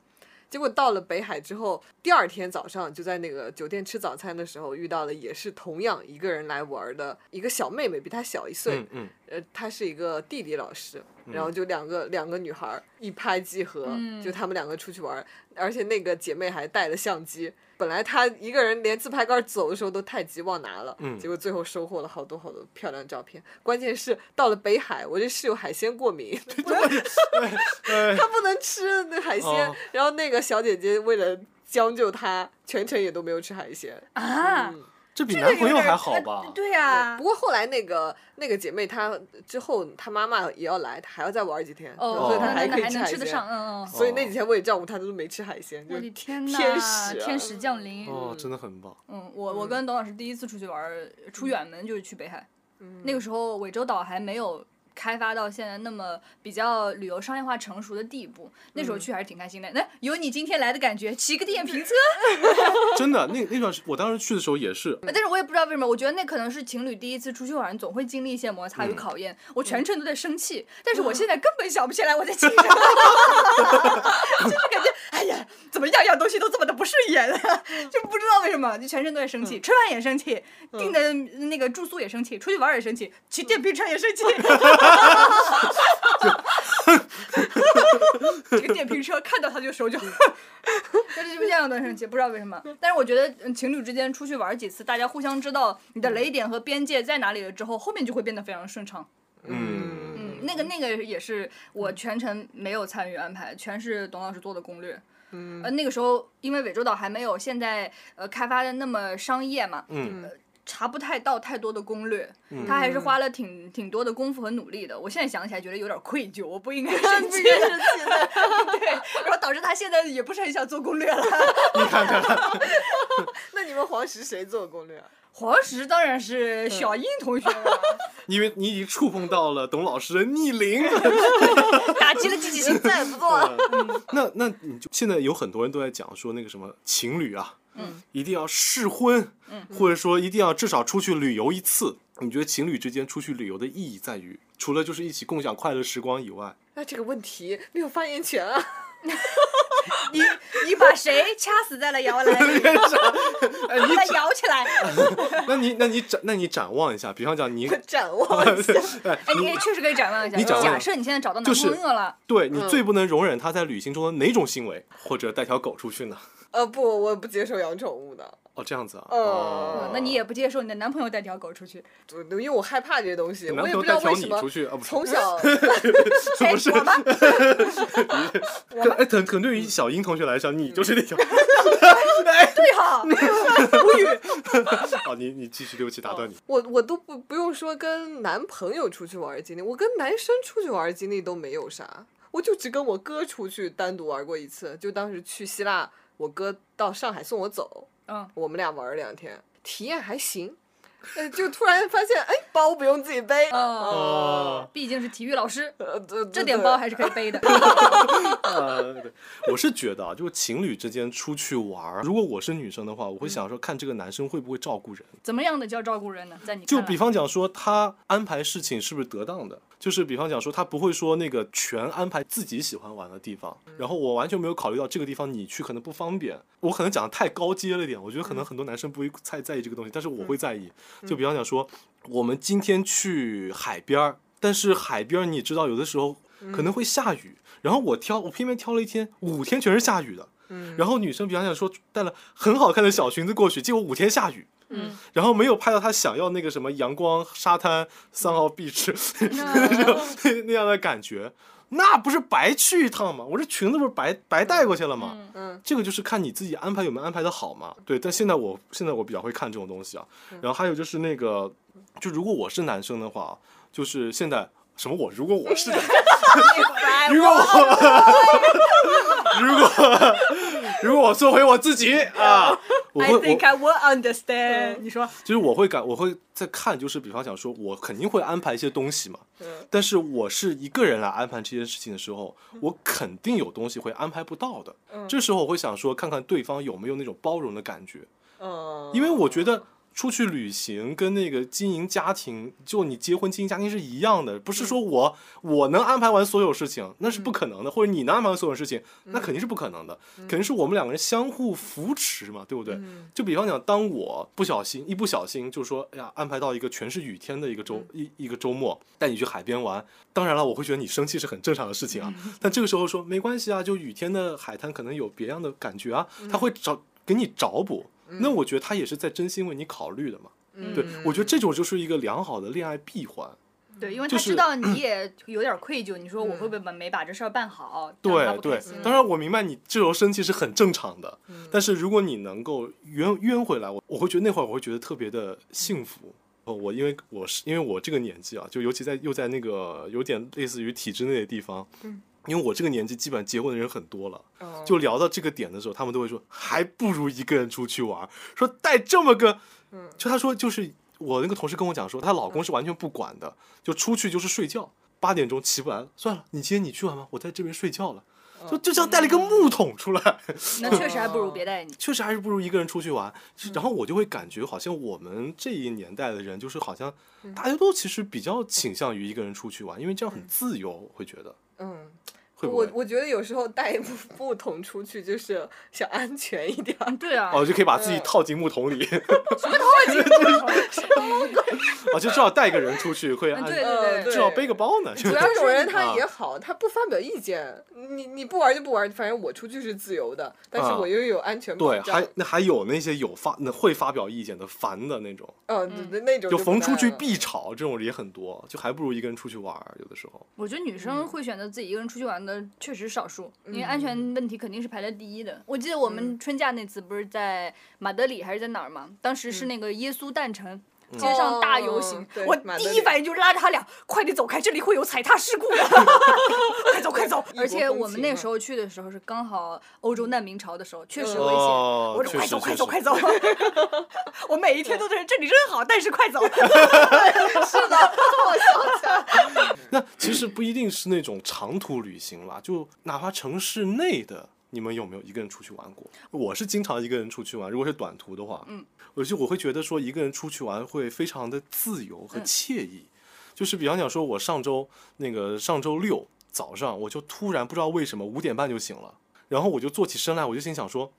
[SPEAKER 4] 结果到了北海之后，第二天早上就在那个酒店吃早餐的时候遇到了，也是同样一个人来玩的一个小妹妹，比她小一岁。
[SPEAKER 1] 嗯嗯，
[SPEAKER 4] 呃，她是一个地理老师，然后就两个两个女孩儿一拍即合，
[SPEAKER 2] 嗯
[SPEAKER 4] 就她们两个出去玩儿，而且那个姐妹还带了相机。本来她一个人连自拍杆走的时候都太急忘拿了，
[SPEAKER 1] 嗯
[SPEAKER 4] 结果最后收获了好多好多漂亮照片。关键是到了北海，我这室友海鲜过敏，
[SPEAKER 1] 哎，
[SPEAKER 4] 她不能吃那海鲜，
[SPEAKER 1] 哦
[SPEAKER 4] 然后那个小姐姐为了将就她，全程也都没有吃海鲜。
[SPEAKER 2] 啊，
[SPEAKER 4] 嗯
[SPEAKER 1] 这比
[SPEAKER 2] 这个
[SPEAKER 1] 男朋
[SPEAKER 2] 有
[SPEAKER 1] 友
[SPEAKER 2] 点
[SPEAKER 1] 还好
[SPEAKER 2] 呃
[SPEAKER 1] 吧？
[SPEAKER 2] 对呀
[SPEAKER 4] 不，过后来那个那个姐妹她之后她妈妈也要来，她还要再玩几天，
[SPEAKER 2] 哦，
[SPEAKER 4] 所以她
[SPEAKER 2] 那
[SPEAKER 4] 还
[SPEAKER 2] 那
[SPEAKER 4] 可以
[SPEAKER 2] 还
[SPEAKER 4] 吃
[SPEAKER 2] 能
[SPEAKER 4] 海
[SPEAKER 2] 吃
[SPEAKER 4] 鲜。
[SPEAKER 2] 得上，嗯嗯。
[SPEAKER 4] 所以那几天我也照顾她，她都没吃海鲜，就
[SPEAKER 2] 我的天呐，
[SPEAKER 4] 天使啊
[SPEAKER 2] 天使降临！
[SPEAKER 1] 哦，真的很棒，
[SPEAKER 2] 嗯，我我跟董老师第一次出去玩儿，出远门就是去北海。
[SPEAKER 4] 嗯
[SPEAKER 2] 那个时候涠洲岛还没有开发到现在那么比较旅游商业化成熟的地步，那
[SPEAKER 4] 嗯
[SPEAKER 2] 时候去还是挺开心的。那有你今天来的感觉，骑个电瓶车。
[SPEAKER 1] 真的，那那段时我当时去的时候也是，
[SPEAKER 2] 但是我也不知道为什么，我觉得那可能是情侣第一次出去玩，总会经历一些摩擦与
[SPEAKER 1] 嗯
[SPEAKER 2] 考验。我全程都在生气，但是我现在根本想不起来我在气什 么，就是感觉哎呀，怎么样样东西都这么的不顺眼，就不知道为什么，就全程都在生
[SPEAKER 1] 嗯
[SPEAKER 2] 气，吃饭也生气，订的那个住宿也生气，出去玩也生气，骑
[SPEAKER 1] 嗯
[SPEAKER 2] 电瓶车也生气。 这个电瓶车看到他就手就，但是就是这样的生气，不知道为什么。但是我觉得嗯情侣之间出去玩几次，大家互相知道你的雷点和边界在哪里了之后，后面就会变得非常顺畅。
[SPEAKER 1] 嗯，
[SPEAKER 2] 嗯，那个那个也是我全程没有参与安排，全是董老师做的攻略。
[SPEAKER 4] 嗯
[SPEAKER 2] 呃，那个时候因为涠洲岛还没有现在呃开发的那么商业嘛，
[SPEAKER 1] 嗯
[SPEAKER 2] 呃查不太到太多的攻略，
[SPEAKER 1] 嗯
[SPEAKER 2] 他还是花了挺挺多的功夫和努力的。我现在想起来觉得有点愧疚，我不应该
[SPEAKER 4] 不
[SPEAKER 2] 生气
[SPEAKER 4] 应，该生气的。
[SPEAKER 2] 对，然后导致他现在也不是很想做攻略了。
[SPEAKER 4] 那你们黄石谁做 攻略啊？
[SPEAKER 2] 黄石当然是小英同学 了，
[SPEAKER 1] 因为你已经触碰到了董老师的逆鳞。
[SPEAKER 2] 打击了积极性。
[SPEAKER 4] 再也不做了。
[SPEAKER 1] 那那你就现在有很多人都在讲说那个什么情侣啊，
[SPEAKER 2] 嗯，
[SPEAKER 1] 一定要试婚，
[SPEAKER 2] 嗯，
[SPEAKER 1] 或者说一定要至少出去旅游一次。你觉得情侣之间出去旅游的意义在于，除了就是一起共享快乐时光以外，
[SPEAKER 4] 那这个问题没有发言权啊！
[SPEAKER 2] 你你把谁掐死在了摇篮
[SPEAKER 1] 哎，
[SPEAKER 2] 里，把
[SPEAKER 1] 你嗯
[SPEAKER 2] 它
[SPEAKER 1] 展
[SPEAKER 2] 摇起来。
[SPEAKER 1] 那你那你展那你展望一下，比方讲你
[SPEAKER 4] 我展 望一下，
[SPEAKER 2] 哎，你也确实可以展望一下。
[SPEAKER 1] 你展望
[SPEAKER 2] 假设你现在找到男
[SPEAKER 1] 就是
[SPEAKER 2] 朋友了，
[SPEAKER 1] 对你
[SPEAKER 4] 嗯
[SPEAKER 1] 最不能容忍他在旅行中的哪种行为，或者带条狗出去呢？
[SPEAKER 4] 呃，不，我不接受养宠物的，
[SPEAKER 1] 哦，这样子啊，
[SPEAKER 4] 嗯
[SPEAKER 1] 哦
[SPEAKER 2] 嗯，那你也不接受你的男朋友带条狗出去。
[SPEAKER 4] 就因为我害怕这些东西，
[SPEAKER 1] 男
[SPEAKER 4] 我
[SPEAKER 1] 朋
[SPEAKER 4] 也不
[SPEAKER 1] 友
[SPEAKER 4] 知道
[SPEAKER 1] 带条
[SPEAKER 4] 为什
[SPEAKER 1] 你
[SPEAKER 4] 么
[SPEAKER 1] 出。去啊？不是，
[SPEAKER 4] 从小，
[SPEAKER 2] 哎，
[SPEAKER 1] 不是
[SPEAKER 2] 我吧，
[SPEAKER 1] 可哎，可可能对于小英同学来说，你就是那条。
[SPEAKER 4] 嗯
[SPEAKER 2] 对哈，
[SPEAKER 1] 哦，你你继续，对不起，打断你。
[SPEAKER 4] 我我都不不用说跟男朋友出去玩的经历，我跟男生出去玩的经历都没有啥，我就只跟我哥出去单独玩过一次，就当时去希腊，我哥到上海送我走，
[SPEAKER 2] 嗯，
[SPEAKER 4] 我们俩玩了两天，体验还行，呃，就突然发现，哎，包不用自己背，
[SPEAKER 2] 哦，
[SPEAKER 1] 哦，
[SPEAKER 2] 毕竟是体育老师，
[SPEAKER 1] 嗯
[SPEAKER 4] 呃，对
[SPEAKER 2] 这
[SPEAKER 4] 对
[SPEAKER 2] 点
[SPEAKER 4] 对
[SPEAKER 2] 包还是可以 背的。
[SPEAKER 1] 呃，对，我是觉得啊，就是情侣之间出去玩儿，如果我是女生的话，我
[SPEAKER 4] 嗯
[SPEAKER 1] 会想说，看这个男生会不会照顾人。
[SPEAKER 2] 怎么样的叫照顾人呢？在你
[SPEAKER 1] 就
[SPEAKER 2] 看来
[SPEAKER 1] 比方讲说，他安排事情是不是得当的？就是比方讲说，他不会说那个全安排自己喜欢玩的地方，
[SPEAKER 2] 嗯
[SPEAKER 1] 然后我完全没有考虑到这个地方你去可能不方便。我可能讲的太高阶了一点，我觉得可能
[SPEAKER 2] 嗯
[SPEAKER 1] 很多男生不会太在意这个东西，但是我会在意。就比方讲说，我们今天去海边儿，但是海边儿你知道，有的时候
[SPEAKER 2] 嗯
[SPEAKER 1] 可能会下雨，然后我挑，我偏偏挑了一天，五天全是下雨的。
[SPEAKER 4] 嗯
[SPEAKER 1] 然后女生比方讲说带了很好看的小裙子过去，结果五天下雨，
[SPEAKER 2] 嗯，
[SPEAKER 1] 然后没有拍到她想要那个什么阳光、沙滩、三号 beach 那那样的感觉，那不是白去一趟吗？我这裙子不是白白带过去了吗？
[SPEAKER 2] 嗯
[SPEAKER 4] 嗯
[SPEAKER 1] 这个就是看你自己安排有没有安排的好嘛。对，但现在我现在我比较会看这种东西啊。然后还有就是那个，就如果我是男生的话，就是现在什么我如果我是 男生如果我如果如果我做回我自己啊，我
[SPEAKER 2] ，I
[SPEAKER 1] 会
[SPEAKER 2] think
[SPEAKER 1] 我
[SPEAKER 2] I will understand。
[SPEAKER 4] 嗯
[SPEAKER 2] 你说，
[SPEAKER 1] 就是我会感我会在看，就是比方讲说，我肯定会安排一些东西嘛，
[SPEAKER 4] 嗯
[SPEAKER 1] 但是我是一个人来安排这件事情的时候，我肯定有东西会安排不到的。
[SPEAKER 4] 嗯
[SPEAKER 1] 这时候我会想说，看看对方有没有那种包容的感觉，
[SPEAKER 4] 嗯，
[SPEAKER 1] 因为我觉得出去旅行跟那个经营家庭，就你结婚经营家庭是一样的，不
[SPEAKER 4] 嗯
[SPEAKER 1] 是说我我能安排完所有事情，那是不可能的，或者你能安排完所有事情，
[SPEAKER 4] 嗯
[SPEAKER 1] 那肯定是不可能的，肯定是我们两个人相互扶持嘛，对不对？
[SPEAKER 4] 嗯
[SPEAKER 1] 就比方讲，当我不小心一不小心就说，哎呀，安排到一个全是雨天的一个周、
[SPEAKER 4] 嗯
[SPEAKER 1] 一一个周末，带你去海边玩。当然了，我会觉得你生气是很正常的事情啊。
[SPEAKER 2] 嗯
[SPEAKER 1] 但这个时候说没关系啊，就雨天的海滩可能有别样的感觉啊，
[SPEAKER 2] 嗯
[SPEAKER 1] 他会找给你找补。那我觉得他也是在真心为你考虑的嘛。
[SPEAKER 4] 嗯
[SPEAKER 2] 嗯
[SPEAKER 1] 对，我觉得这种就是一个良好的恋爱闭环。
[SPEAKER 2] 对，因为
[SPEAKER 1] 就
[SPEAKER 2] 他
[SPEAKER 1] 是
[SPEAKER 2] 知道你也有点愧疚，你说我
[SPEAKER 4] 嗯
[SPEAKER 2] 会不会把没把这事儿办好？让他
[SPEAKER 1] 对
[SPEAKER 2] 不
[SPEAKER 1] 对
[SPEAKER 2] 开心，嗯
[SPEAKER 1] 当然我明白你这时候生气是很正常的，但是如果你能够圆圆回来，我我会觉得那会儿我会觉得特别的幸福。哦我因为我是因为我这个年纪啊，就尤其在又在那个有点类似于体制内的地方，
[SPEAKER 4] 嗯
[SPEAKER 1] 因为我这个年纪基本上结婚的人很多了，
[SPEAKER 4] 哦
[SPEAKER 1] 就聊到这个点的时候，他们都会说还不如一个人出去玩儿，说带这么个，
[SPEAKER 4] 嗯
[SPEAKER 1] 就他说就是我那个同事跟我讲说，她老公是完全不管的，就出去就是睡觉，八点钟起不来了，算了，你今天你去玩吧，我在这边睡觉了，
[SPEAKER 4] 嗯
[SPEAKER 1] 就就像带了一个木桶出来，
[SPEAKER 2] 那确实还不如别带你。
[SPEAKER 1] 确实还是不如一个人出去玩。然后我就会感觉好像我们这一年代的人，就是好像
[SPEAKER 4] 嗯
[SPEAKER 1] 大家都其实比较倾向于一个人出去玩，因为这样很自由，我会觉得
[SPEAKER 4] 嗯，
[SPEAKER 1] 会不
[SPEAKER 4] 我
[SPEAKER 1] 会？
[SPEAKER 4] 我觉得有时候带 木木桶出去就是想安全一点儿。
[SPEAKER 2] 对啊，
[SPEAKER 1] 哦，就可以把自己套进木桶里， 哦，就至少带一个人出去会
[SPEAKER 2] 嗯
[SPEAKER 1] 安，
[SPEAKER 2] 对
[SPEAKER 1] 至
[SPEAKER 2] 对
[SPEAKER 4] 呃对
[SPEAKER 1] 少背个包呢。
[SPEAKER 4] 主要这种人
[SPEAKER 1] 啊
[SPEAKER 4] 他也好，他不发表意见，你你不玩就不玩，反正我出去是自由的，但是
[SPEAKER 1] 啊
[SPEAKER 4] 我又有安全保
[SPEAKER 1] 对，还
[SPEAKER 4] 障。
[SPEAKER 1] 那还有那些有发那会发表意见的烦的那种，
[SPEAKER 4] 嗯，对对那种
[SPEAKER 1] 就
[SPEAKER 4] 不
[SPEAKER 1] 逢
[SPEAKER 4] 带
[SPEAKER 1] 出去
[SPEAKER 4] 了
[SPEAKER 1] 必吵这种也很多，就还不如一个人出去玩儿。有的时候，
[SPEAKER 2] 我觉得女
[SPEAKER 4] 嗯
[SPEAKER 2] 生会选择自己一个人出去玩的确实少数，因为安
[SPEAKER 4] 嗯
[SPEAKER 2] 全问题肯定是排在第一的。我记得我们春假那次不是在马德里还是在哪儿嘛？当时是那个耶稣诞辰。街上大游行，
[SPEAKER 4] 嗯哦对
[SPEAKER 2] 我
[SPEAKER 4] 马德
[SPEAKER 2] 第
[SPEAKER 4] 里
[SPEAKER 2] 一反应就是拉着他俩，快点走开，这里会有踩踏事 故的， 快走快走！
[SPEAKER 4] 异国
[SPEAKER 2] 而且
[SPEAKER 4] 风
[SPEAKER 2] 我们
[SPEAKER 4] 情啊
[SPEAKER 2] 那
[SPEAKER 4] 嘛
[SPEAKER 2] 时候去的时候是刚好欧洲难民潮的时候，确实
[SPEAKER 4] 嗯
[SPEAKER 2] 危险。
[SPEAKER 1] 哦
[SPEAKER 2] 我说
[SPEAKER 1] 确
[SPEAKER 2] 快
[SPEAKER 1] 实
[SPEAKER 2] 走快
[SPEAKER 1] 确
[SPEAKER 2] 走
[SPEAKER 1] 实
[SPEAKER 2] 快走！ 我每一天都在这里真好，但是 快走。
[SPEAKER 1] 嗯那其实不一定是那种长途旅行啦，就哪怕城市内的，你们有没有一个人出去玩过？我是经常一个人出去玩，如果是短途的话，
[SPEAKER 2] 嗯，
[SPEAKER 1] 我就我会觉得说一个人出去玩会非常的自由和惬意。
[SPEAKER 2] 嗯
[SPEAKER 1] 就是比方讲说，我上周那个上周六早上，我就突然不知道为什么五点半就醒了，然后我就坐起身来，我就心想说，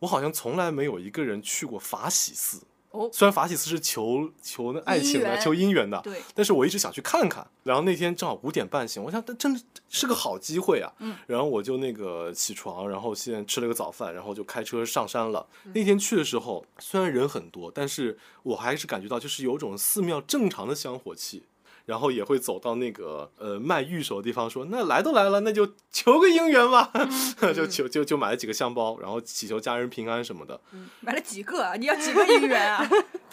[SPEAKER 1] 我好像从来没有一个人去过法喜寺。
[SPEAKER 2] 哦
[SPEAKER 1] 虽然法喜寺是求求那爱情
[SPEAKER 2] 姻
[SPEAKER 1] 的、
[SPEAKER 2] 缘
[SPEAKER 1] 求姻缘的，
[SPEAKER 2] 对，
[SPEAKER 1] 但是我一直想去看看。然后那天正好五点半醒，我想，这真是个好机会啊。
[SPEAKER 2] 嗯
[SPEAKER 1] 然后我就那个起床，然后先吃了个早饭，然后就开车上山了。那天去的时候，虽然人很多，但是我还是感觉到就是有种寺庙正常的香火气。然后也会走到那个呃卖玉手的地方说，那来都来了，那就求个姻缘吧，
[SPEAKER 2] 嗯
[SPEAKER 1] 就求就就买了几个香包，然后祈求家人平安什么的。
[SPEAKER 2] 买了几个啊？你要几个姻缘啊？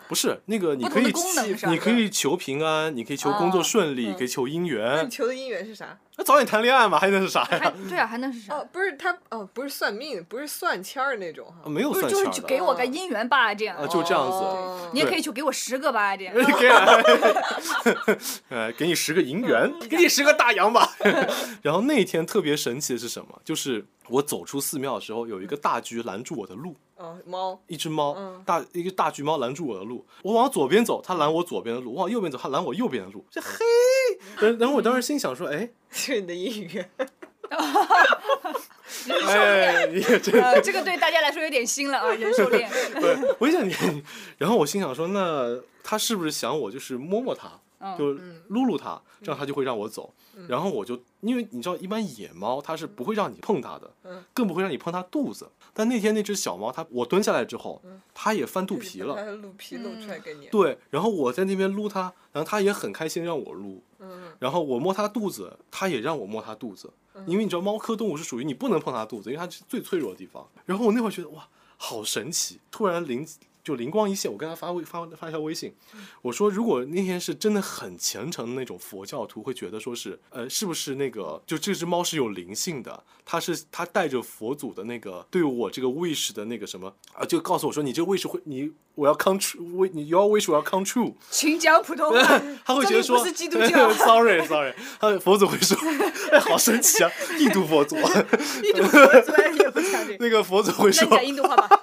[SPEAKER 1] 不是那个，你
[SPEAKER 2] 不
[SPEAKER 1] 可
[SPEAKER 2] 同
[SPEAKER 1] 以
[SPEAKER 2] 的嗯功能是吧
[SPEAKER 1] 你可以求平安，你可以求工作顺利，可以求姻
[SPEAKER 4] 那
[SPEAKER 1] 缘
[SPEAKER 4] 你。求的姻缘是啥？
[SPEAKER 1] 那早点谈恋爱嘛，还能是啥呀？
[SPEAKER 2] 还对啊，还能是啥？
[SPEAKER 4] 哦，不是他，哦，不是算命，不是算签儿那种
[SPEAKER 1] 啊
[SPEAKER 4] 哈。
[SPEAKER 1] 没有
[SPEAKER 2] 不是
[SPEAKER 1] 算
[SPEAKER 2] 就是
[SPEAKER 1] 钱
[SPEAKER 2] 去
[SPEAKER 1] 的
[SPEAKER 2] 给我个姻缘吧，这样
[SPEAKER 1] 啊，。就这样子。
[SPEAKER 4] 哦
[SPEAKER 2] 你也可以去给我十个吧，这样。
[SPEAKER 1] 给， 呃，给你十个银元，
[SPEAKER 2] 嗯
[SPEAKER 1] 给你十个大洋吧。 然后那一天特别神奇的是什么？就是我走出寺庙的时候，有一个大橘拦住我的路，
[SPEAKER 4] 哦， 猫，
[SPEAKER 1] 一只猫，
[SPEAKER 4] 嗯
[SPEAKER 1] 大一个大橘猫拦住我的路，我往左边走，它拦我左边的路；我往右边走，它拦我右边的路。这嘿，
[SPEAKER 2] 嗯
[SPEAKER 1] 然然后我当时心想说，哎，
[SPEAKER 4] 是你的姻缘。
[SPEAKER 1] 哎，你也真
[SPEAKER 2] 呃，这个对大家来说有点新了啊，人兽恋。
[SPEAKER 1] 对，我也想你。然后我心想说，那他是不是想我就是摸摸他，
[SPEAKER 2] 嗯
[SPEAKER 1] 就撸撸他，这样他就会让我走。然后我就因为你知道，一般野猫它是不会让你碰它的，
[SPEAKER 4] 嗯
[SPEAKER 1] 更不会让你碰它肚子。但那天那只小猫，它我蹲下来之后，它也翻肚 皮
[SPEAKER 4] 把
[SPEAKER 1] 了。嗯
[SPEAKER 4] 它的鹿皮弄出来给你。
[SPEAKER 1] 对，然后我在那边撸它，然后它也很开心让我撸，
[SPEAKER 4] 嗯
[SPEAKER 1] 然后我摸它肚子，它也让我摸它肚子，因为你知道猫科动物是属于你不能碰它肚子，因为它是最脆弱的地方。然后我那会儿觉得哇，好神奇！突然灵就灵光一现，我跟他发微发发一条微信，我说如果那天是真的很虔诚的那种佛教徒，会觉得说是呃，是不是那个就这只猫是有灵性的，它是它带着佛祖的那个对我这个 wish 的那个什么啊，就告诉我说你这个 wish 会你我要 come true，你 your wish 我要 come true，
[SPEAKER 2] 请讲普通话。
[SPEAKER 1] 他会觉得说
[SPEAKER 4] 这里不是基督 教
[SPEAKER 1] sorry sorry，他佛祖会说，哎，好神奇啊，印度佛 祖，
[SPEAKER 4] 一种佛祖也不讲这个。
[SPEAKER 1] 那个佛祖会
[SPEAKER 2] 那
[SPEAKER 1] 说
[SPEAKER 2] 你讲印度话吧。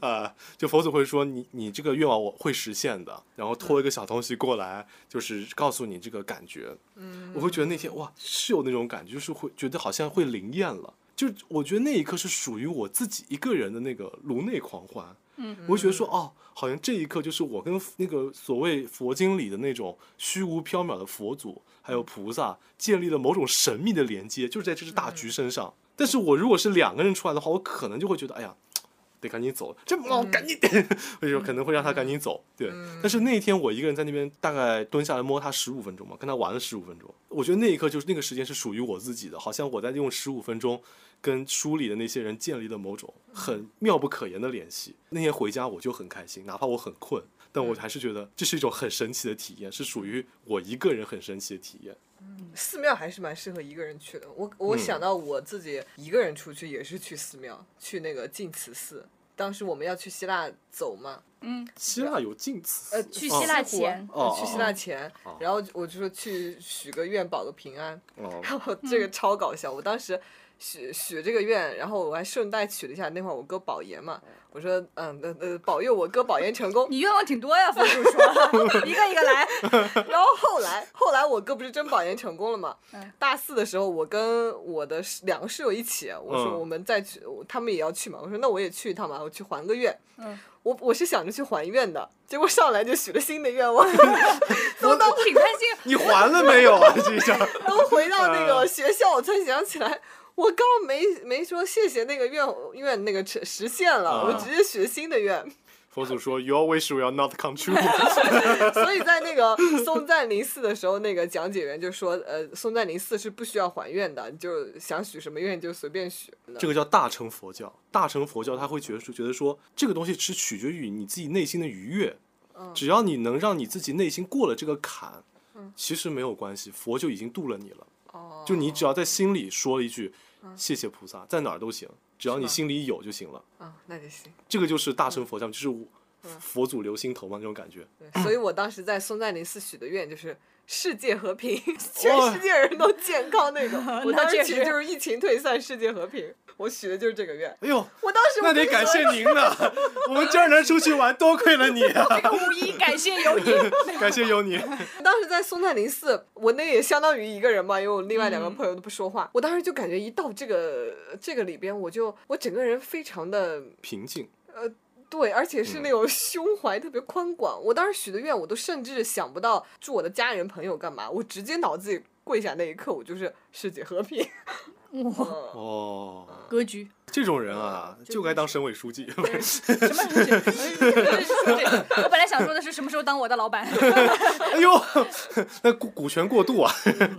[SPEAKER 1] 啊，就佛祖会说你你这个愿望我会实现的，然后拖一个小东西过来，就是告诉你这个感觉。嗯，我会觉得那天哇是有那种感觉，就是会觉得好像会灵验了。就我觉得那一刻是属于我自己一个人的那个颅内狂欢。嗯，我会觉得说哦，好像这一刻就是我跟那个所谓佛经里的那种虚无缥缈的佛祖还有菩萨建立了某种神秘的连接，就是在这只大橘身上。但是我如果是两个人出来的话，我可能就会觉得，哎呀，得赶紧走，
[SPEAKER 2] 嗯
[SPEAKER 1] 这猫赶紧， 所以说可能会让它赶紧走。对，但是那一天我一个人在那边大概蹲下来摸它十五分钟嘛，跟它玩了十五分钟。我觉得那一刻就是那个时间是属于我自己的，好像我在用十五分钟跟书里的那些人建立了某种
[SPEAKER 2] 嗯
[SPEAKER 1] 很妙不可言的联系。那天回家我就很开心，哪怕我很困，但
[SPEAKER 2] 嗯
[SPEAKER 1] 我还是觉得这是一种很神奇的体验，是属于我一个人很神奇的体验。
[SPEAKER 4] 寺庙还是蛮适合一个人去的。我
[SPEAKER 1] 嗯
[SPEAKER 4] 我想到我自己一个人出去也是去寺庙，去那个净慈寺。当时我们要去希腊走嘛，
[SPEAKER 2] 嗯，
[SPEAKER 1] 希腊有近似，
[SPEAKER 4] 呃，
[SPEAKER 2] 去希腊前
[SPEAKER 4] 呃
[SPEAKER 1] 哦
[SPEAKER 4] 去
[SPEAKER 1] 哦
[SPEAKER 4] 希
[SPEAKER 1] 哦
[SPEAKER 4] 腊前
[SPEAKER 1] 哦，
[SPEAKER 4] 然后我就说去许个愿，保个平安。
[SPEAKER 1] 哦，
[SPEAKER 4] 然后这个
[SPEAKER 2] 嗯
[SPEAKER 4] 超搞笑，我当时许许这个愿，然后我还顺带许了一下，那会儿我哥保研
[SPEAKER 1] 哦
[SPEAKER 4] 嘛，我说嗯呃呃保佑我哥保研成功。
[SPEAKER 2] 你愿望挺多呀，佛祖说， 一个一个来。
[SPEAKER 4] 然后后来后来我哥不是真保研成功了嘛
[SPEAKER 2] 嗯？
[SPEAKER 4] 大四的时候，我跟我的室两个室友一起，我说
[SPEAKER 1] 嗯
[SPEAKER 4] 我们再去，我他们也要去嘛，我说那我也去一趟嘛，我去还个愿。
[SPEAKER 2] 嗯，
[SPEAKER 4] 我我是想着去还愿的，结果上来就许了新的愿 望，
[SPEAKER 2] 我都挺开心。
[SPEAKER 1] 你还了没有啊？这一下。
[SPEAKER 4] 都回到那
[SPEAKER 1] 嗯
[SPEAKER 4] 个学校，我才想起来，我刚没没说谢谢那个愿愿那个实实现了，
[SPEAKER 1] 啊
[SPEAKER 4] 我直接许新的愿，
[SPEAKER 1] 佛祖说，Your wish will not come true 。
[SPEAKER 4] 所以在那个松赞林寺的时候，那个讲解员就说，呃，松赞林寺是不需要还愿的，你就想许什么愿就随便许。
[SPEAKER 1] 这个叫大乘佛教。大乘佛教他会觉得说觉得说这个东西是取决于你自己内心的愉悦，
[SPEAKER 4] 嗯
[SPEAKER 1] 只要你能让你自己内心过了这个坎，其实没有关系，佛就已经渡了你了。
[SPEAKER 4] 哦
[SPEAKER 1] 就你只要在心里说一句谢谢菩萨，在哪儿都行，只要你心里有就行了。
[SPEAKER 4] 啊，那就行。
[SPEAKER 1] 这个就是大
[SPEAKER 4] 嗯
[SPEAKER 1] 乘佛教，就是我佛祖留心头嘛那种感觉。
[SPEAKER 4] 对，所以我当时在松赞林寺许的愿就是。世界和平，全世界人都健康 那种。我当时
[SPEAKER 2] 确
[SPEAKER 4] 许
[SPEAKER 2] 实
[SPEAKER 4] 的就是疫情退散，世界和平。我许的就是这个愿。
[SPEAKER 1] 哎呦，
[SPEAKER 4] 我当时
[SPEAKER 1] 那
[SPEAKER 4] 我
[SPEAKER 1] 得
[SPEAKER 4] 跟你
[SPEAKER 1] 感
[SPEAKER 4] 说
[SPEAKER 1] 谢您呢，我们今儿能出去玩，多亏了你 啊，
[SPEAKER 2] 这个五一感谢 有你。
[SPEAKER 1] 感谢有你。
[SPEAKER 4] 当时在松赞林寺，我那也相当于一个人嘛，因为我另外两个朋友都不说话。我当时就感觉一到这个这个里边，我就我整个人非常的
[SPEAKER 1] 平静，
[SPEAKER 4] 对，而且是那种胸怀特别宽广。我当时许的愿，我都甚至想不到祝我的家人朋友干嘛，我直接脑子里跪下那一刻，我就是世界和平。哇，
[SPEAKER 1] 哦。
[SPEAKER 2] 格局，
[SPEAKER 1] 这种人啊，
[SPEAKER 2] 嗯
[SPEAKER 4] 就
[SPEAKER 1] 就该当省委书记。不是
[SPEAKER 2] 什么格局？ 对我本来想说的是什么时候当我的老板。
[SPEAKER 1] 哎呦， 那股股权过度啊！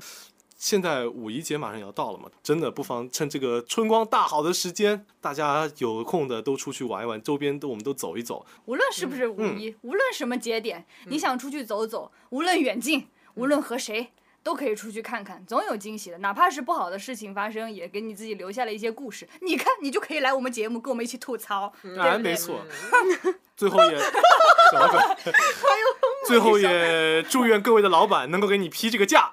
[SPEAKER 1] 现在五一节马上也要到了嘛，真的不妨趁这个春光大好的时间，大家有空的都出去玩一玩，周边都我们都走一走。
[SPEAKER 2] 无论
[SPEAKER 1] 嗯
[SPEAKER 2] 是不是五一，无论什么节点，你想出去走走，无论远近，无论和谁。都可以出去看看，总有惊喜的。哪怕是不好的事情发生，也给你自己留下了一些故事。你看，你就可以来我们节目跟我们一起吐槽，对
[SPEAKER 1] 哎，
[SPEAKER 2] 不对哎
[SPEAKER 1] 没？错， 最后也什 么鬼？最后也祝愿各位的老板能够给你批这个假。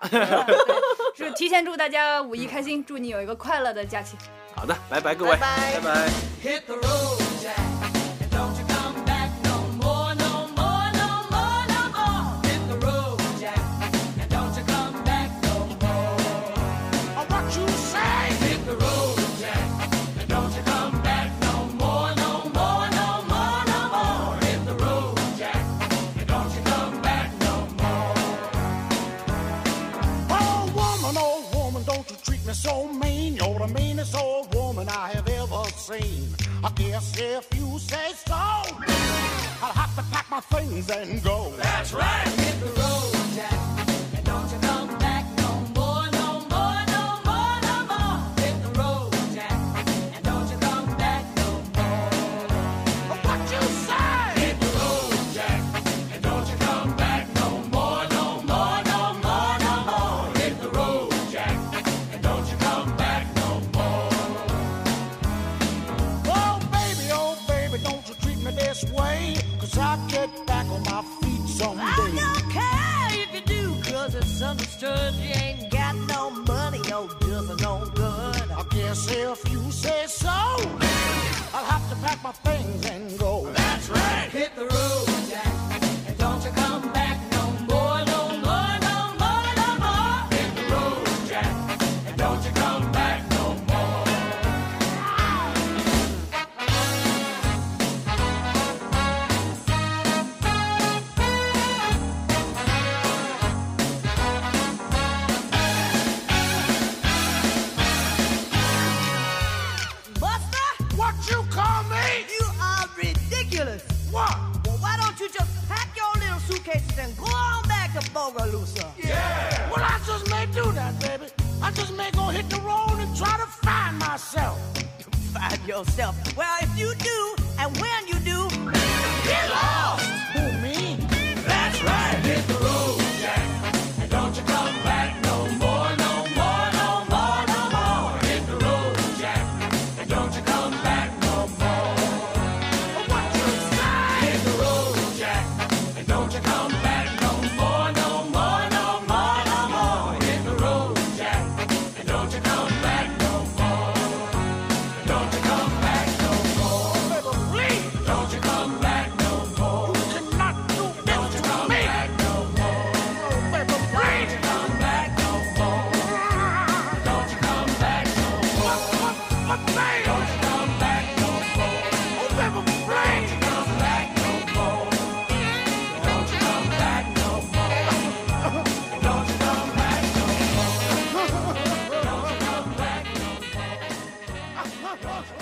[SPEAKER 2] 是提前祝大家五一开心，祝你有一个快乐的假期。
[SPEAKER 1] 好的，拜拜各位，
[SPEAKER 4] 拜
[SPEAKER 1] 拜
[SPEAKER 4] 拜
[SPEAKER 1] 拜
[SPEAKER 5] Hit the road, Jack, and don't you come back no more, no more, no more, no more. Hit the road, Jack, and don't you come back no more.
[SPEAKER 3] Oh, what you say?
[SPEAKER 5] Hit the road, Jack, and don't you come back no more, no more, no more, no more. Hit the road, Jack, and don't you come back no more.
[SPEAKER 3] Oh, woman, oh, woman, don't you treat me so mean. You're the meanest old woman I have ever seen. I guess if you say so, I'll have to pack my things and go.
[SPEAKER 5] That's right. Hit the road, Jack, and don't you come back no more, no more, no more, no more. Hit the road, Jack, and don't you come back no more.
[SPEAKER 3] Oh, what you say? oh, guess if you say so, I'll have to pack my things and go. That's right.
[SPEAKER 5] Hit the road, Jack, and don't you come back no more, no more, no more, no more. Hit the road, Jack, and don't you come back no more.
[SPEAKER 6] Buster,
[SPEAKER 3] What you call me?
[SPEAKER 6] you are ridiculous.
[SPEAKER 3] What?
[SPEAKER 6] Well, why don't you just pack your little suitcases and go on back to Bogalusa?
[SPEAKER 3] Well, I just may do that, baby. I just may go hit the road and try to find myself.
[SPEAKER 6] Find yourself. Well, if you do, and when you do,
[SPEAKER 3] Get lost! Who, me? That's right.
[SPEAKER 5] Hit the road, Jack, and don't you come back no more, no more, no more, no more. Hit the road, Jack, and don't you come back no more. What you say? Hit the road, Jack, and don't you come back no more, no more, no more, no more. Hit the road, Jack, and don't you come back no more. And Don't you come back no more.
[SPEAKER 3] Baby, please.
[SPEAKER 5] Don't you come back no more.
[SPEAKER 3] You cannot do
[SPEAKER 5] Don't you
[SPEAKER 3] this to
[SPEAKER 5] come
[SPEAKER 3] me.
[SPEAKER 5] back no more.
[SPEAKER 3] Oh, baby, please.
[SPEAKER 5] Come back no more. Don't you come back no more.
[SPEAKER 3] What, what, what,
[SPEAKER 5] Don't
[SPEAKER 3] baby?
[SPEAKER 5] you come back no more.
[SPEAKER 3] Oh, baby, please.
[SPEAKER 5] Come back no more. Don't you come back no more. Don't you come back no more. Don't you come back no more.